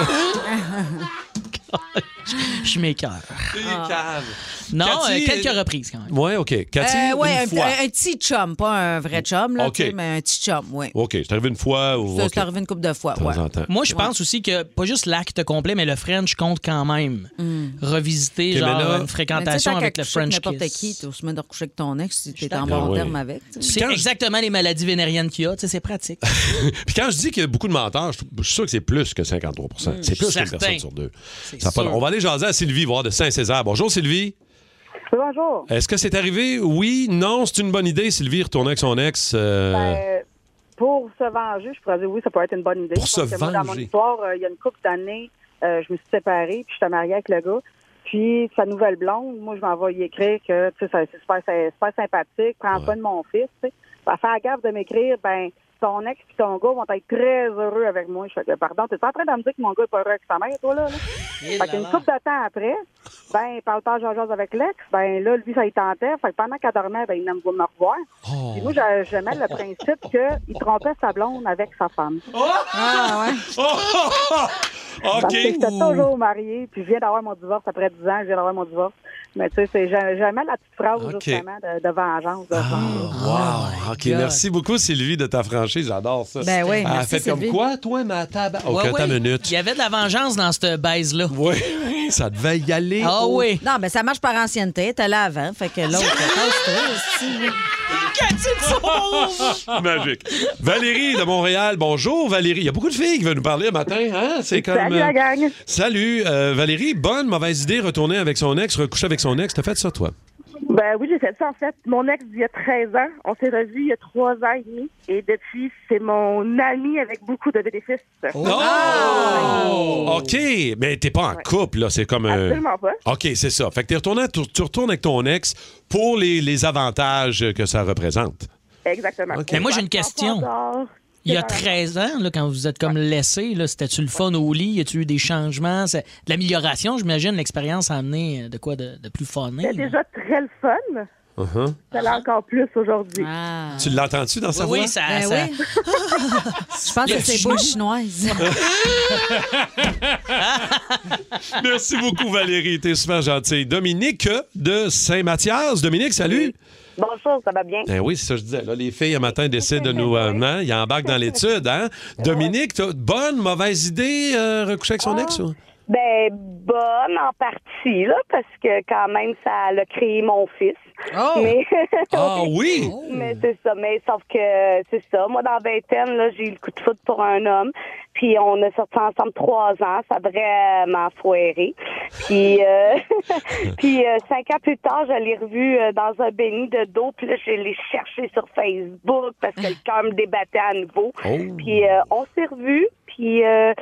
je je m'écœure. Non,
Cathy,
euh, quelques
euh,
reprises quand même.
Ouais, OK. Cathy,
Euh, ouais,
une
un,
fois.
un- un petit chum, pas un vrai chum, là,
OK.
tu sais, mais un petit chum, oui.
OK, c'est arrivé une fois ou.
Ça,
OK.
c'est arrivé une couple de fois.
De temps
ouais.
en temps.
Moi, je pense aussi que pas juste l'acte complet, mais le French compte quand même. Revisiter,
Ok, mais
genre,
là-
une
Hmm. Mais tu sais,
fréquentation
tant
avec
qu'à
le
coucher
French
avec n'importe
kiss.
qui, tu es aussi de recoucher avec ton ex si t'es en
d'accord.
bon
Ah oui.
terme avec. tu sais.
C'est exactement les maladies vénériennes qu'il y a, tu sais, c'est pratique.
Puis quand je dis qu'il y a beaucoup de menteurs, je je suis sûr que c'est plus que 53 C'est plus qu'une
Hmm, Certain.
personne sur deux.
C'est
Ça a pas de-
sûr.
On va aller jaser à Sylvie, voir de Saint-Césaire. Bonjour, Sylvie.
Bonjour.
Est-ce que c'est arrivé? Oui, non, c'est une bonne idée, Sylvie, retourner avec son ex. euh,
Ben, pour se venger, je pourrais dire oui, ça peut être une bonne idée.
Pour se
Parce que moi, dans mon
venger.
histoire, euh, il y a une couple d'années, euh, je me suis séparée, puis je suis mariée avec le gars. Puis sa nouvelle blonde, moi, je m'envoie y écrire que tu sais, ça- c'est super, c'est super sympathique, prends soin de mon fils. tu sais. Elle fait la gaffe de m'écrire, ben ton ex et ton gars vont être très heureux avec moi. Je fais que, pardon, t'es en train de me dire que mon gars est pas heureux avec sa mère, toi, là? là? fait qu'une couple de temps après, ben, par le temps, j'en jase avec l'ex, ben là, lui, ça y tentait. Fait que pendant qu'elle dormait, ben, il venait me me revoir.
Oh.
Puis moi, j'a- j'aimais le principe qu'il trompait sa blonde avec sa femme.
Ah, ouais.
Parce que j'étais toujours mariée, puis je viens d'avoir mon divorce. Après 10 ans, je viens d'avoir mon divorce. Mais tu sais, c'est- j'a- j'aimais la petite phrase,
Ok. Ah,
justement, de, de vengeance. de vengeance.
Wow! OK,
oh God.
merci beaucoup, Sylvie, de ta franchise. J'adore ça.
Ben oui,
Elle a
merci,
fait comme
Sylvie.
quoi, toi, ma table? OK,
Ouais,
attends
ouais.
une minute.
Il y avait de la vengeance dans cette baise-là. Ah
Oui, ça devait y aller.
Ah
Oh.
Non, mais ça marche par ancienneté. T'es là avant. Fait que l'autre,
Ah, Magique. Valérie de Montréal, bonjour Valérie. Il y a beaucoup de filles qui veulent nous parler le matin, hein? C'est comme.
Salut, la gang.
Salut. Euh, Valérie, bonne, mauvaise idée, retourner avec son ex, recoucher avec son ex. T'as fait ça, toi?
Ben oui, j'ai fait ça en fait. Mon ex, il y a 13 ans, on s'est revus il y a 3 ans et demi. Et depuis, c'est mon ami avec beaucoup de bénéfices.
Ah!
Oh! OK, mais t'es pas en
Ouais.
couple, là. C'est comme un.
Absolument pas.
OK, c'est ça. Fait que t'es retourné, tu, tu retournes avec ton ex pour les, les avantages que ça représente.
Exactement.
OK.
Mais moi, j'ai une question. Il y a 13 ans, là, quand vous êtes comme laissé, là, c'était-tu le fun au lit? Y a-tu eu des changements? C'est- De l'amélioration, j'imagine, l'expérience a amené euh, de quoi de, de plus funné?
C'était déjà très le fun.
Uh-huh.
Ça l'a encore plus aujourd'hui.
Tu l'entends-tu dans sa voix?
Oui, ça- Ben ça- oui.
Je pense que c'est beau chinoise.
Merci beaucoup, Valérie. T'es super gentille. Dominique de Saint-Mathias. Dominique, salut.
Bonjour, ça va bien?
Ben oui, c'est ça que je disais. Là, les filles, un matin, décident de nous. euh, hein, ils embarquent dans l'étude. Hein? Dominique, t'as bonne, mauvaise idée, euh, recoucher avec son ex? ou?
Ben, bonne en partie, là, parce que quand même, ça l'a créé mon fils. Mais...
Oh! Ah oui!
Mais c'est ça, mais sauf que c'est ça. Moi, dans la vingtaine, là, j'ai eu le coup de foot pour un homme. Puis on a sorti ensemble trois ans. Ça a vraiment foiré. Puis, euh, puis euh, cinq ans plus tard, je l'ai revu euh, dans un béni de dos. Puis là, je l'ai cherché sur Facebook parce que le cœur me débattait à nouveau. Puis euh, on s'est revus. Puis euh,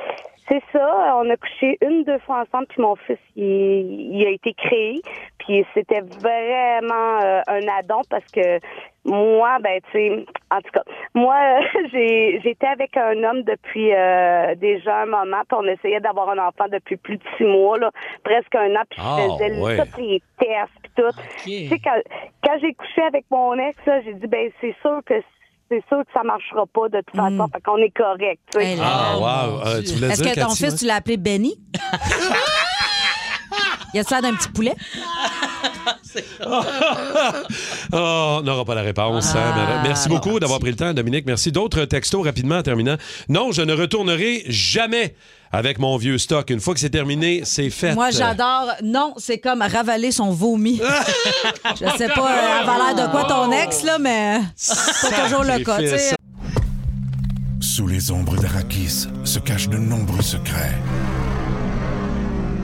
c'est ça, on a couché une, deux fois ensemble, puis mon fils, il, il a été créé. Puis c'était vraiment euh, un addon parce que moi, ben, tu sais, en tout cas, moi, j'ai j'étais avec un homme depuis euh, déjà un moment, puis on essayait d'avoir un enfant depuis plus de six mois, là, presque un an, puis je
Ah,
faisais
ouais.
toutes les tests, puis tout. Tu sais, quand, quand j'ai couché avec mon ex, là, j'ai dit, ben, c'est sûr que c'est sûr que ça marchera pas de toute façon, fait qu'on est correct, tu sais.
Hey,
Hmm. Ah, wow. Euh, tu voulais
Est-ce
dire,
que ton
Cathy,
fils,
ouais?
tu l'as appelé Benny? Il a ça d'un petit poulet?
Oh, on n'aura pas la réponse. hein, madame. merci beaucoup d'avoir pris le temps, Dominique. Merci. D'autres textos rapidement en terminant. Non, je ne retournerai jamais avec mon vieux stock. Une fois que c'est terminé, c'est fait.
Moi, j'adore. Non, c'est comme ravaler son vomi. Je sais pas euh, avaler de quoi ton ex, là, mais c'est pas toujours le cas. tu sais.
Sous les ombres d'Arakis se cachent de nombreux secrets.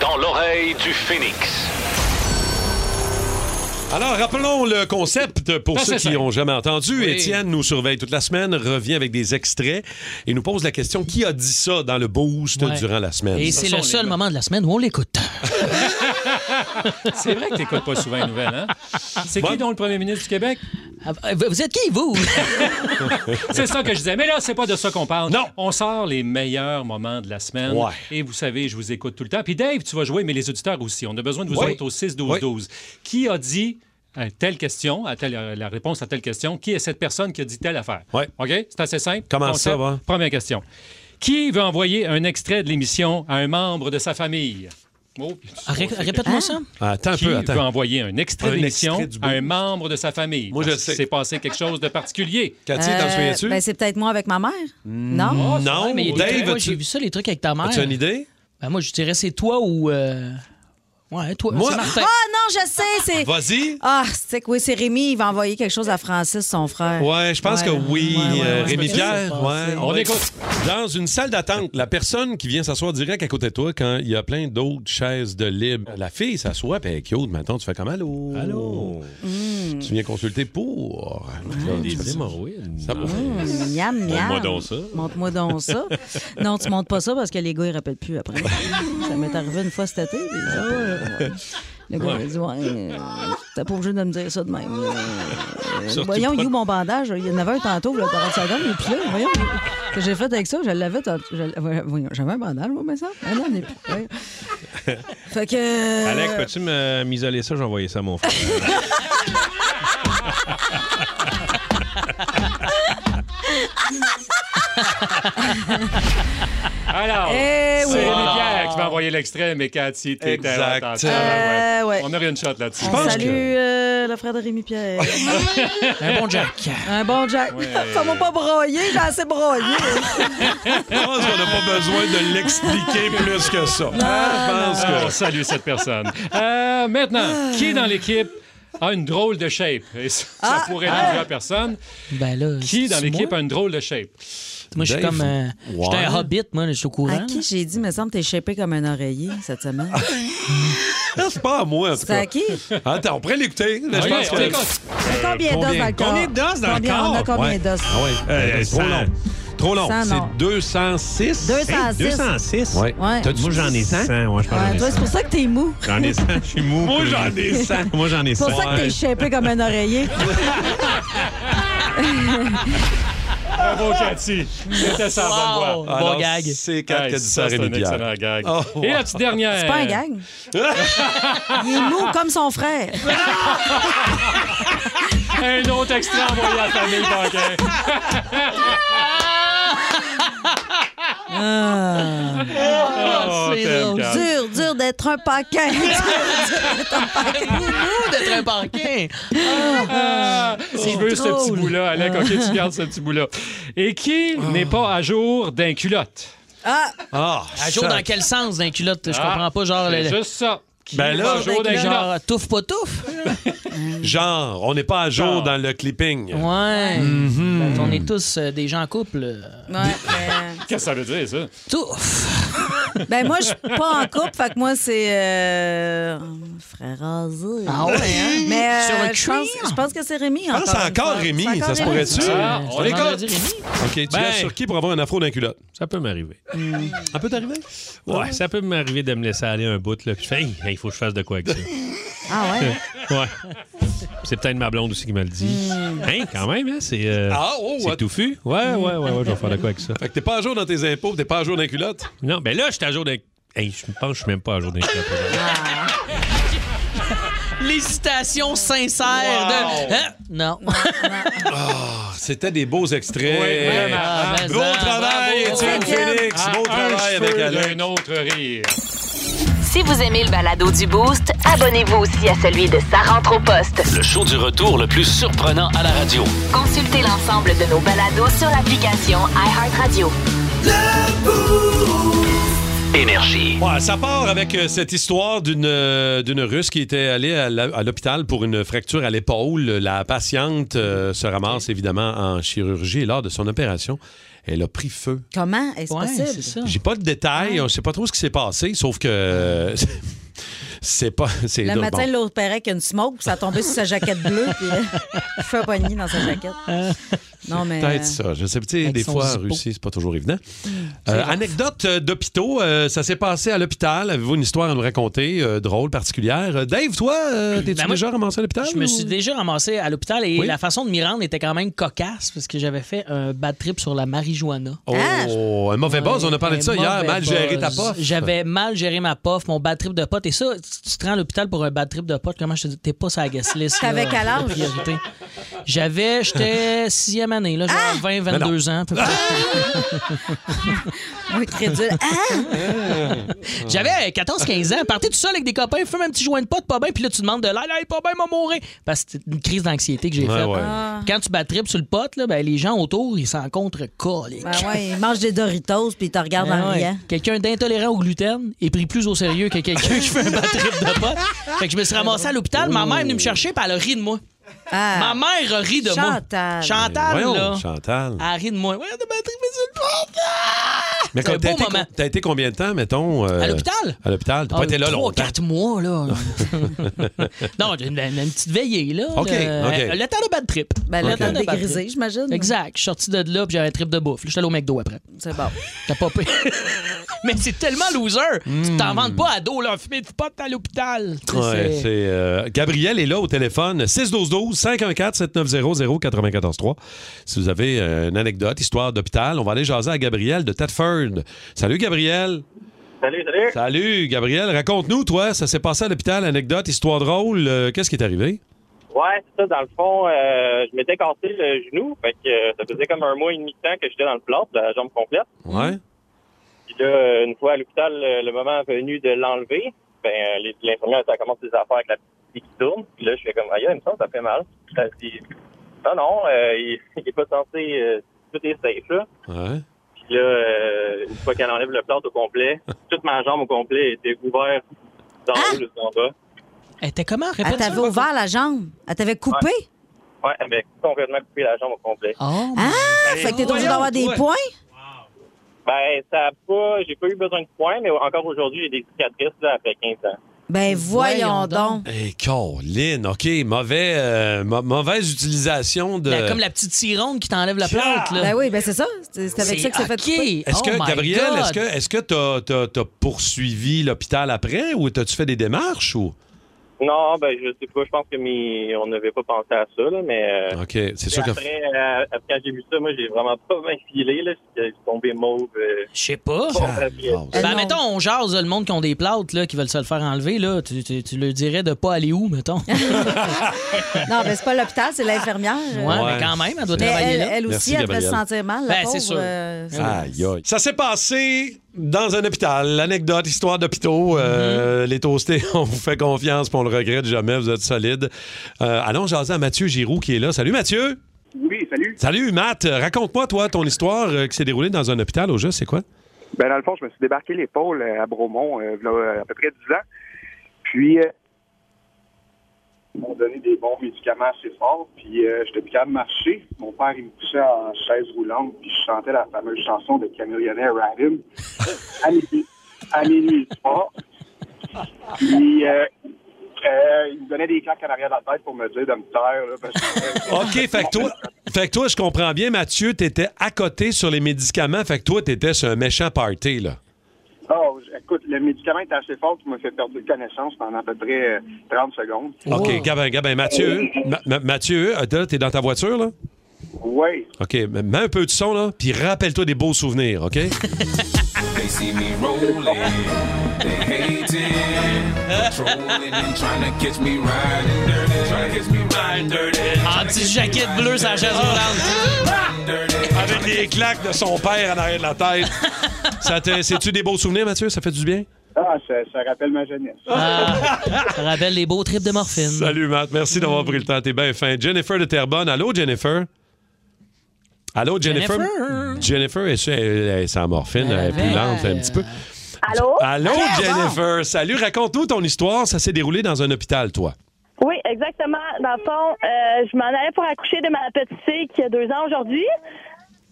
Dans l'oreille du phénix.
Alors, rappelons le concept pour
Ah,
ceux
c'est
qui
ça.
n'ont jamais entendu.
Oui.
Étienne nous surveille toute la semaine, revient avec des extraits et nous pose la question qui a dit ça dans le boost
Ouais.
durant la semaine.
Et c'est le seul moment de la semaine où on l'écoute.
C'est vrai que t'écoutes pas souvent les nouvelles, hein? C'est qui donc le premier ministre du Québec?
Ah, bah, Vous êtes qui, vous?
c'est ça que je disais. Mais là, c'est pas de ça qu'on parle. Non. On sort les meilleurs moments de la semaine.
Ouais.
Et vous savez, je vous écoute tout le temps. Puis Dave, tu vas jouer, mais les auditeurs aussi. On a besoin de vous
Oui.
autres au 6-12-12. Qui a dit euh, telle question, à telle, euh, la réponse à telle question? Qui est cette personne qui a dit telle affaire? OK? C'est assez simple.
Comment ça va?
Première question. Qui veut envoyer un extrait de l'émission à un membre de sa famille? Oh,
Ah, Ré- Répète-moi
Hein?
ça.
Ah, Attends un
qui
peu, attends.
veut envoyer un extrait
Un
d'émission
extrait du
à un membre de sa famille. Moi, je sais. s'est passé quelque chose de particulier.
Euh, ben, c'est peut-être moi avec ma mère.
Hmm.
Non?
Non,
Ouais, Ah, mais il y a des
Dave,
trucs- moi,
as-tu-
j'ai vu ça, les trucs avec ta mère.
As-tu une idée?
Ben, moi, je dirais c'est toi ou. euh, Ouais, toi.
Moi-
c'est
Ah
Martin.
non, je sais, c'est.
Vas-y.
Ah, c'est que oui, c'est Rémi, il va envoyer quelque chose à Francis, son frère.
Ouais, je pense
Ouais,
que oui,
ouais, ouais,
euh,
ouais.
Rémi Pierre. ouais.
On écoute.
Dans une salle d'attente, la personne qui vient s'asseoir direct à côté de toi quand il y a plein d'autres chaises de libre. La fille s'assoit, puis elle est cute. Maintenant, tu fais comme allô. Allô. Tu viens consulter pour.
Ouais.
Tu fais des hémorroïdes. Ça pourrait.
Hum, miam, miam.
Montre-moi donc ça.
Montre-moi donc ça. non, tu montes pas ça parce que les gars, ils répètent plus après. ça m'est arrivé une fois cet été. puis ils ont pas- ouais. Le gars, il dit Ouais, euh, t'es pas obligé de me dire ça de même. Euh,
Surtout
voyons,
pas-
il est où mon bandage? Il y en avait un tantôt, là, 40 secondes, puis là, voyons. Ce que j'ai fait avec ça, je l'avais tantôt. je- voyons, J'avais un bandage, moi, mais ça. Ah non, on est plus. ouais. Fait que. euh,
Alex, peux-tu me- m'isoler ça? J'ai envoyé ça à mon frère.
Alors,
Eh
c'est
oui.
Rémi
Ah.
Pierre qui m'a envoyé l'extrait, mais Cathy, t'es
Exact.
attentive.
Euh, ouais.
On n'a rien de shot là-dessus.
On salue euh, le frère de Rémi Pierre.
Un bon Jack.
Un bon Jack.
Ouais.
Ça m'a pas broyé, j'ai assez broyé.
Je pense qu'on n'a pas besoin de l'expliquer plus que ça.
Ah,
je pense que.
On salue cette personne. Euh,
Ah.
maintenant, qui dans l'équipe a une drôle de shape? Et ça, ça
Ah.
pourrait
Ah.
être plusieurs personnes.
Ben là,
Qui dans
c'est-tu
l'équipe
moi?
a une drôle de shape?
Moi, je suis comme. euh, J'étais un hobbit, moi, je suis au
À
courant.
qui j'ai dit, me semble, t'es shapé comme un oreiller cette semaine?
c'est pas à moi, en tout
C'est à
cas.
qui?
Attends, on pourrait l'écouter. Là, je
Oui,
pense
on
que-
l'écoute. On a combien d'os dans le corps?
Combien d'os dans
Combien-
le corps?
on a combien
Ouais.
d'os?
Ah oui,
Euh,
c'est trop
cent.
long. Trop long.
Cent, non.
C'est 206.
206.
Hey, 206?
Ouais.
Ouais.
T'as-tu
Moi, j'en ai 100. Ouais, je pense que j'en
Ouais,
ai
toi,
100.
c'est pour ça que t'es mou.
J'en ai 100. Je suis mou.
Moi,
puis-
j'en ai 100.
Moi, j'en ai
C'est
100.
pour ça que t'es chépé comme un oreiller.
Bravo, Cathy. C'était ça, la bonne voix.
Alors, Ah, C'est quand
Hey,
qu'a dit ça,
c'est un
Rémi Pierre.
excellent gag.
Oh,
Et
wow.
la petite dernière.
C'est pas un gang. Il est mou comme son frère.
Un autre extrait envoyé à la famille Paquin.
Ah.
Oh, c'est drôle.
Dur, dur d'être un paquin. Dur, dur d'être un paquin.
d'être un paquin.
Ah,
C'est
je veux ce petit
drôle.
bout-là, Alec. OK, tu gardes ce petit bout-là. Et qui n'est pas à jour d'un culotte?
Ah,
Ah,
À jour, dans quel sens d'un culotte? Je comprends pas, genre...
Ah, C'est
le-
juste ça. Qui
Ben
n'est
là-
pas à jour d'un culotte?
Genre, euh, touffe pas touffe.
Genre, on n'est pas à jour dans le clipping.
Ouais. On est tous euh, des gens en couple. euh,
Mhm. Ouais, ben,
Qu'est-ce que ça veut dire, ça?
Touffe.
ben moi, je suis pas en couple, fait que moi, c'est... euh, Frère rasé.
Ah ouais, hein?
Mais euh,
Sur le
je pense- je pense que c'est Rémi.
Ah, c'est
une
encore
fois.
Rémi,
C'est
ça se
Rémi.
pourrait-tu?
Ah,
On
on
l'écoute.
l'écoute.
OK, tu
Ben.
vas sur qui pour avoir un afro d'un culotte?
Ça peut m'arriver.
Ça peut t'arriver?
Ouais,
Ah.
ça peut m'arriver de me laisser aller un bout, là. Puis je fais, Hey, hey, il faut que je fasse de quoi avec ça.
Ah
hein?
ouais?
ouais. C'est peut-être ma blonde aussi qui me le dit. Hein, quand même, hein? C'est euh,
Hmm. Ah, oh,
c'est
what?
touffu. Ouais, ouais, ouais, ouais, je vais faire de quoi avec ça.
Fait que t'es pas à jour dans tes impôts, t'es pas à jour dans les culottes.
Non, ben là, je suis à jour d'un. Hey, je pense que je suis même pas à jour d'un culotte. aujourd'hui.
L'hésitation sincère de. Hein? Non.
Ah, C'était des beaux extraits.
Oui, vraiment.
Ah, mais
Gros
ça,
travail,
bravo.
Étienne Phoenix.
Ah,
Beau
un
travail
cheveu
avec Alain.
d'un autre rire.
Si vous aimez le balado du Boost, abonnez-vous aussi à celui de Sa rentre au poste.
Le show du retour le plus surprenant à la radio.
Consultez l'ensemble de nos balados sur l'application iHeartRadio.
Énergie.
Ouais, ça part avec euh, cette histoire d'une euh, d'une Russe qui était allée à la- à l'hôpital pour une fracture à l'épaule. La patiente euh, se ramasse évidemment en chirurgie et lors de son opération, elle a pris feu.
Comment est-ce
Ouais, c'est
possible?
ça.
J'ai pas de détails,
Ah.
on sait pas trop ce qui s'est passé, sauf que euh, c'est pas c'est
Le
drôle.
matin,
Bon.
il l'opérait avec une smoke, puis ça a tombé sur sa jaquette bleue, puis euh, il fait un poignet dans sa jaquette. Non, mais.
Peut-être ça. Je sais, pas, tu sais,
euh, Avec
des
son
fois, en
zippo. Mm.
Russie, c'est pas toujours évident. Euh, anecdote euh, d'hôpitaux, euh, ça s'est passé à l'hôpital. Avez-vous une histoire à nous raconter, euh, drôle, particulière? Euh, Dave, toi, euh, t'es-tu
Ben, moi,
déjà ramassé à l'hôpital?
Je me
ou-
suis déjà ramassé à l'hôpital et
Oui.
la façon de m'y rendre était quand même cocasse parce que j'avais fait un bad trip sur la marijuana.
Ah.
Oh, un mauvais buzz, on a parlé de ça
Ah, Un
hier,
mauvais
mal géré ta
buzz.
pof.
J'avais mal géré ma pof, mon bad trip de pote. Et ça, tu tu te rends à l'hôpital pour un bad trip de pote, comment je te dis, t'es pas sur la guest list. là,
T'avais quel âge?
de priorité. J'avais, j'étais sixième année, là,
Ah!
j'avais 20, 22 ans. à peu près.
Oui, très dur. Ah!
J'avais 14-15 ans, partais tout seul avec des copains, fume un petit joint de pote, pas bien, puis là tu demandes de l'aide, Hey, pas bien, m'a mourir. Parce que c'était une crise d'anxiété que j'ai
Ouais,
faite.
ouais.
Ah.
Quand tu bats trip sur le pote, là, ben, les gens autour, ils s'en contre colique.
Ben ouais, il mange des Doritos, puis il te regarde
Ah
en
ouais.
riant.
Quelqu'un d'intolérant au gluten est pris plus au sérieux que quelqu'un qui fait un bad trip de pote. Fait que je me suis ramassé à l'hôpital, ma mère est venue me chercher, puis elle a ri de moi. Ma
Ah!
mère a ri de moi.
Chantal.
Chantal,
Ben, Voyons,
là. Ah,
Chantal.
Elle rit de moi. Ouais, t'as bad trip sur le pote.
Mais
c'est
quand
un
t'as
beau
été,
moment.
t'as été combien de temps, mettons? euh,
À l'hôpital?
À l'hôpital,
Ah
t'as pas été là longtemps.
4 mois, là. non, j'ai une, une petite veillée, là.
OK,
Euh,
OK.
Le temps de bad trip.
Ben, le
Ok.
temps de dégriser, j'imagine.
Exact. Je suis sorti de là, puis j'avais un trip de bouffe. là. J'étais allé au McDo après.
C'est bon.
T'as pas payé. Mais c'est tellement loser. Tu t'en vends pas à dos, là. Fumer du pot à l'hôpital. Tu sais,
Ouais,
c'est-
c'est, euh, Gabriel est là au téléphone 612 514 7900 943. Si vous avez euh, une anecdote, histoire d'hôpital, on va aller jaser à Gabriel de Tedford. Salut Gabriel.
Salut, salut.
Salut Gabriel, raconte-nous toi, ça s'est passé à l'hôpital, anecdote, histoire drôle, euh, qu'est-ce qui est arrivé
Ouais, c'est ça. Dans le fond, euh, je m'étais cassé le genou. Fait que euh, ça faisait comme un mois et demi de temps que j'étais dans le plâtre, la jambe complète.
Ouais.
Puis là, euh, une fois à l'hôpital, euh, le moment venu de l'enlever, ben, euh, les- l'infirmière, ça commence des affaires avec la petite fille qui tourne. Puis là, je fais comme, aïe, il me semble que ça fait mal. Puis elle dit, non, non, euh, il, il est pas censé, euh, tout est safe, là.
Ouais.
Puis là, euh, une fois qu'elle enlève le plâtre au complet, toute ma jambe au complet était ouverte d'en haut jusqu'en bas.
Elle était comment?
Elle
Répète ça.
t'avait ouvert la jambe. Elle t'avait coupé.
Ouais, elle m'a complètement coupé la jambe au complet.
Oh,
Ah! Fait que t'es obligé d'avoir des points.
Ben, ça a pas, j'ai pas eu besoin de points, mais encore aujourd'hui, j'ai des cicatrices là, après 15 ans.
Ben voyons, donc.
Hey, Colin, Eh, OK, mauvais, euh, ma- mauvaise utilisation de.
Ben, comme la petite sironde qui t'enlève la plante. Là.
Ben oui, ben c'est ça. C'est c'est avec
C'est
ça que ça fait
hacké.
Est-ce que,
Oh my
Gabriel,
God.
est-ce que est-ce que t'as- t'as t'as poursuivi l'hôpital après ou t'as-tu fait des démarches ou?
Non, ben je sais pas, je pense que mes- on n'avait pas pensé à ça, là, mais euh,
OK, c'est sûr que.
après, euh, après, quand j'ai vu ça, moi j'ai vraiment pas bien filé, là, je suis tombé mauve. euh,
Je sais pas.
Ah,
Ben, mettons, on jase le monde qui ont des plates là, qui veulent se le faire enlever. Là. Tu, tu, tu leur dirais de pas aller où, mettons?
Non, ben c'est pas l'hôpital, c'est l'infirmière.
Ouais,
Euh,
mais quand même, elle doit
mais
travailler
elle,
là.
elle aussi,
Merci,
elle devait se
Gabrielle.
sentir mal. la
Ben, c'est
pauvre,
sûr.
euh,
Aïe, aïe. Ça s'est passé dans un hôpital. L'anecdote, histoire d'hôpitaux.
Mm-hmm.
Euh, Les toastés, on vous fait confiance puis on le regrette jamais. Vous êtes solides. Euh, allons jaser à Mathieu Giroux qui est là. Salut Mathieu.
Oui, salut.
Salut Matt. Euh, Raconte-moi, toi, ton histoire euh, qui s'est déroulée dans un hôpital au jeu, c'est quoi?
Ben, dans le fond, je me suis débarqué l'épaule euh, à Bromont, euh, v'là, euh, à peu près 10 ans. Puis, euh, ils m'ont donné des bons médicaments assez forts. Puis, euh, j'étais plus capable de marcher. Mon père, il me poussait en chaise roulante. Puis, je chantais la fameuse chanson de Camillionnaire Radim à minuit- à minuit du soir. Puis, euh, euh, il me donnait des claques en arrière de la tête pour me dire de me taire. Là, parce que-
OK, fait que toi, fait que toi je comprends bien, Mathieu, t'étais à côté sur les médicaments. Fait que toi, t'étais sur un méchant party, là.
Oh, j- écoute, le médicament était assez fort qui m'a fait perdre connaissance pendant à peu près euh, 30 secondes.
OK, Gabin, Gabin, Mathieu, Ma- Ma- Mathieu, euh, là, t'es dans ta voiture, là?
Oui.
OK, m- mets un peu de son, là, puis rappelle-toi des beaux souvenirs, OK?
They see me rolling, they hating, trolling and trying to catch me riding dirty, trying to catch me riding dirty.
En petite jaquette bleue, sa chaise roulante.
Avec les claques de son père en arrière de la tête. Ça te- C'est-tu des beaux souvenirs, Mathieu? Ça fait du bien?
Ah, ça, ça rappelle ma jeunesse.
Ah. Ça rappelle les beaux trips de morphine.
Salut, Matt. Merci d'avoir pris le temps. T'es bien fin. Jennifer de Terrebonne. Allô, Jennifer? Allô, Jennifer?
Jennifer.
Jennifer, est elle, elle est sans morphine, elle est plus lente un petit peu.
Allô?
Allô, Jennifer. Salut, raconte-nous ton histoire. Ça s'est déroulé dans un hôpital, toi.
Oui, exactement. Dans le fond, euh, je m'en allais pour accoucher de ma petite fille qui a deux ans aujourd'hui.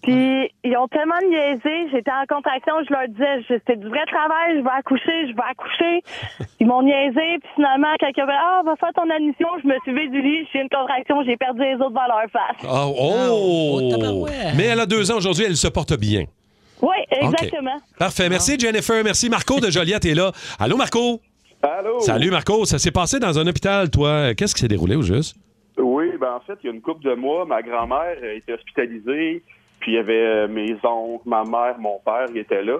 Puis ils ont tellement niaisé, j'étais en contraction, je leur disais, je- c'était du vrai travail, je vais accoucher, je vais accoucher. Ils m'ont niaisé, puis finalement, quelqu'un m'a dit, ah, va faire ton admission, je me suis levée du lit, j'ai une contraction, j'ai perdu les autres dans leur face.
Oh! oh. Mais elle a deux ans aujourd'hui, elle se porte bien.
Oui,
OK.
exactement.
Parfait. Merci, Jennifer. Merci, Marco de Joliette est là. Allô, Marco?
Allô?
Salut, Marco. Ça s'est passé dans un hôpital, toi. Qu'est-ce qui s'est déroulé au juste?
Oui, ben en fait, il y a une couple de mois, ma grand-mère euh, était hospitalisée, puis il y avait euh, mes oncles, ma mère, mon père, ils étaient là.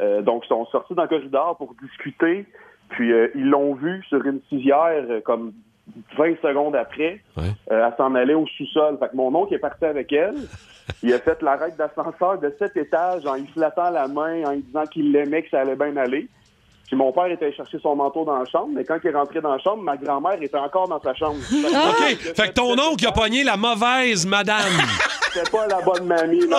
Euh, donc, ils sont sortis dans le corridor pour discuter, puis euh, ils l'ont vu sur une civière euh, comme 20 secondes après, euh, à s'en aller au sous-sol. Fait que mon oncle est parti avec elle. Il a fait l'arrêt d'ascenseur de sept étages en lui flattant la main, en lui disant qu'il l'aimait, que ça allait bien aller. Puis mon père était allé chercher son manteau dans la chambre, mais quand il est rentré dans la chambre, ma grand-mère était encore dans sa chambre. Fait que-
OK. Fait que ton oncle a pogné la mauvaise madame.
C'était pas la bonne mamie, non.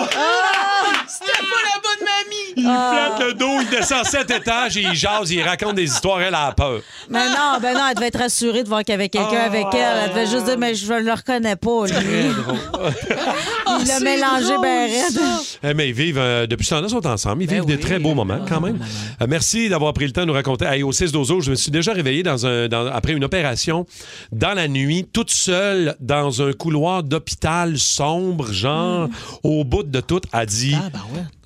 C'était pas la bonne mamie!
Il
Ah.
flatte le dos, il descend sept étages, et il jase, il raconte des histoires, elle a peur.
Mais non, ben non, elle devait être rassurée de voir qu'il y avait quelqu'un
Ah.
avec elle. Elle devait juste dire, mais je ne le reconnais pas, lui. Il l'a
Ah, c'est
mélangé
drôle,
ben raide.
Eh, mais ils vivent, euh, depuis ce temps-là, ils sont ensemble. Ben Ils vivent des très beaux moments, quand même. Euh, merci d'avoir pris le temps de nous raconter. Hey, au 6 d'Ozo, je me suis déjà réveillé dans un, dans- après une opération dans la nuit, toute seule, dans un couloir d'hôpital sombre, genre, au bout de tout, a dit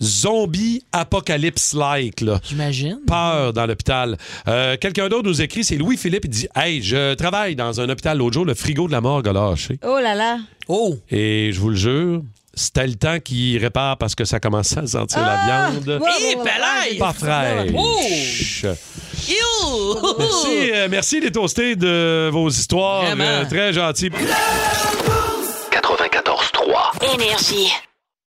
zombie apocalypse-like.
J'imagine.
Peur dans l'hôpital. Euh, Quelqu'un d'autre nous écrit, c'est Louis-Philippe, il dit Hey, je travaille dans un hôpital l'autre jour, le frigo de la morgue a lâché.
Oh là là.
Oh!
Et je vous le jure, c'était le temps qui répare parce que ça commençait à sentir la viande.
Hé, Pelay!
Pas fraîche.
Oh! Ew!
Merci, euh, merci les toastés de vos histoires.
Vraiment.
euh, très gentil.
94-3.
Énergie.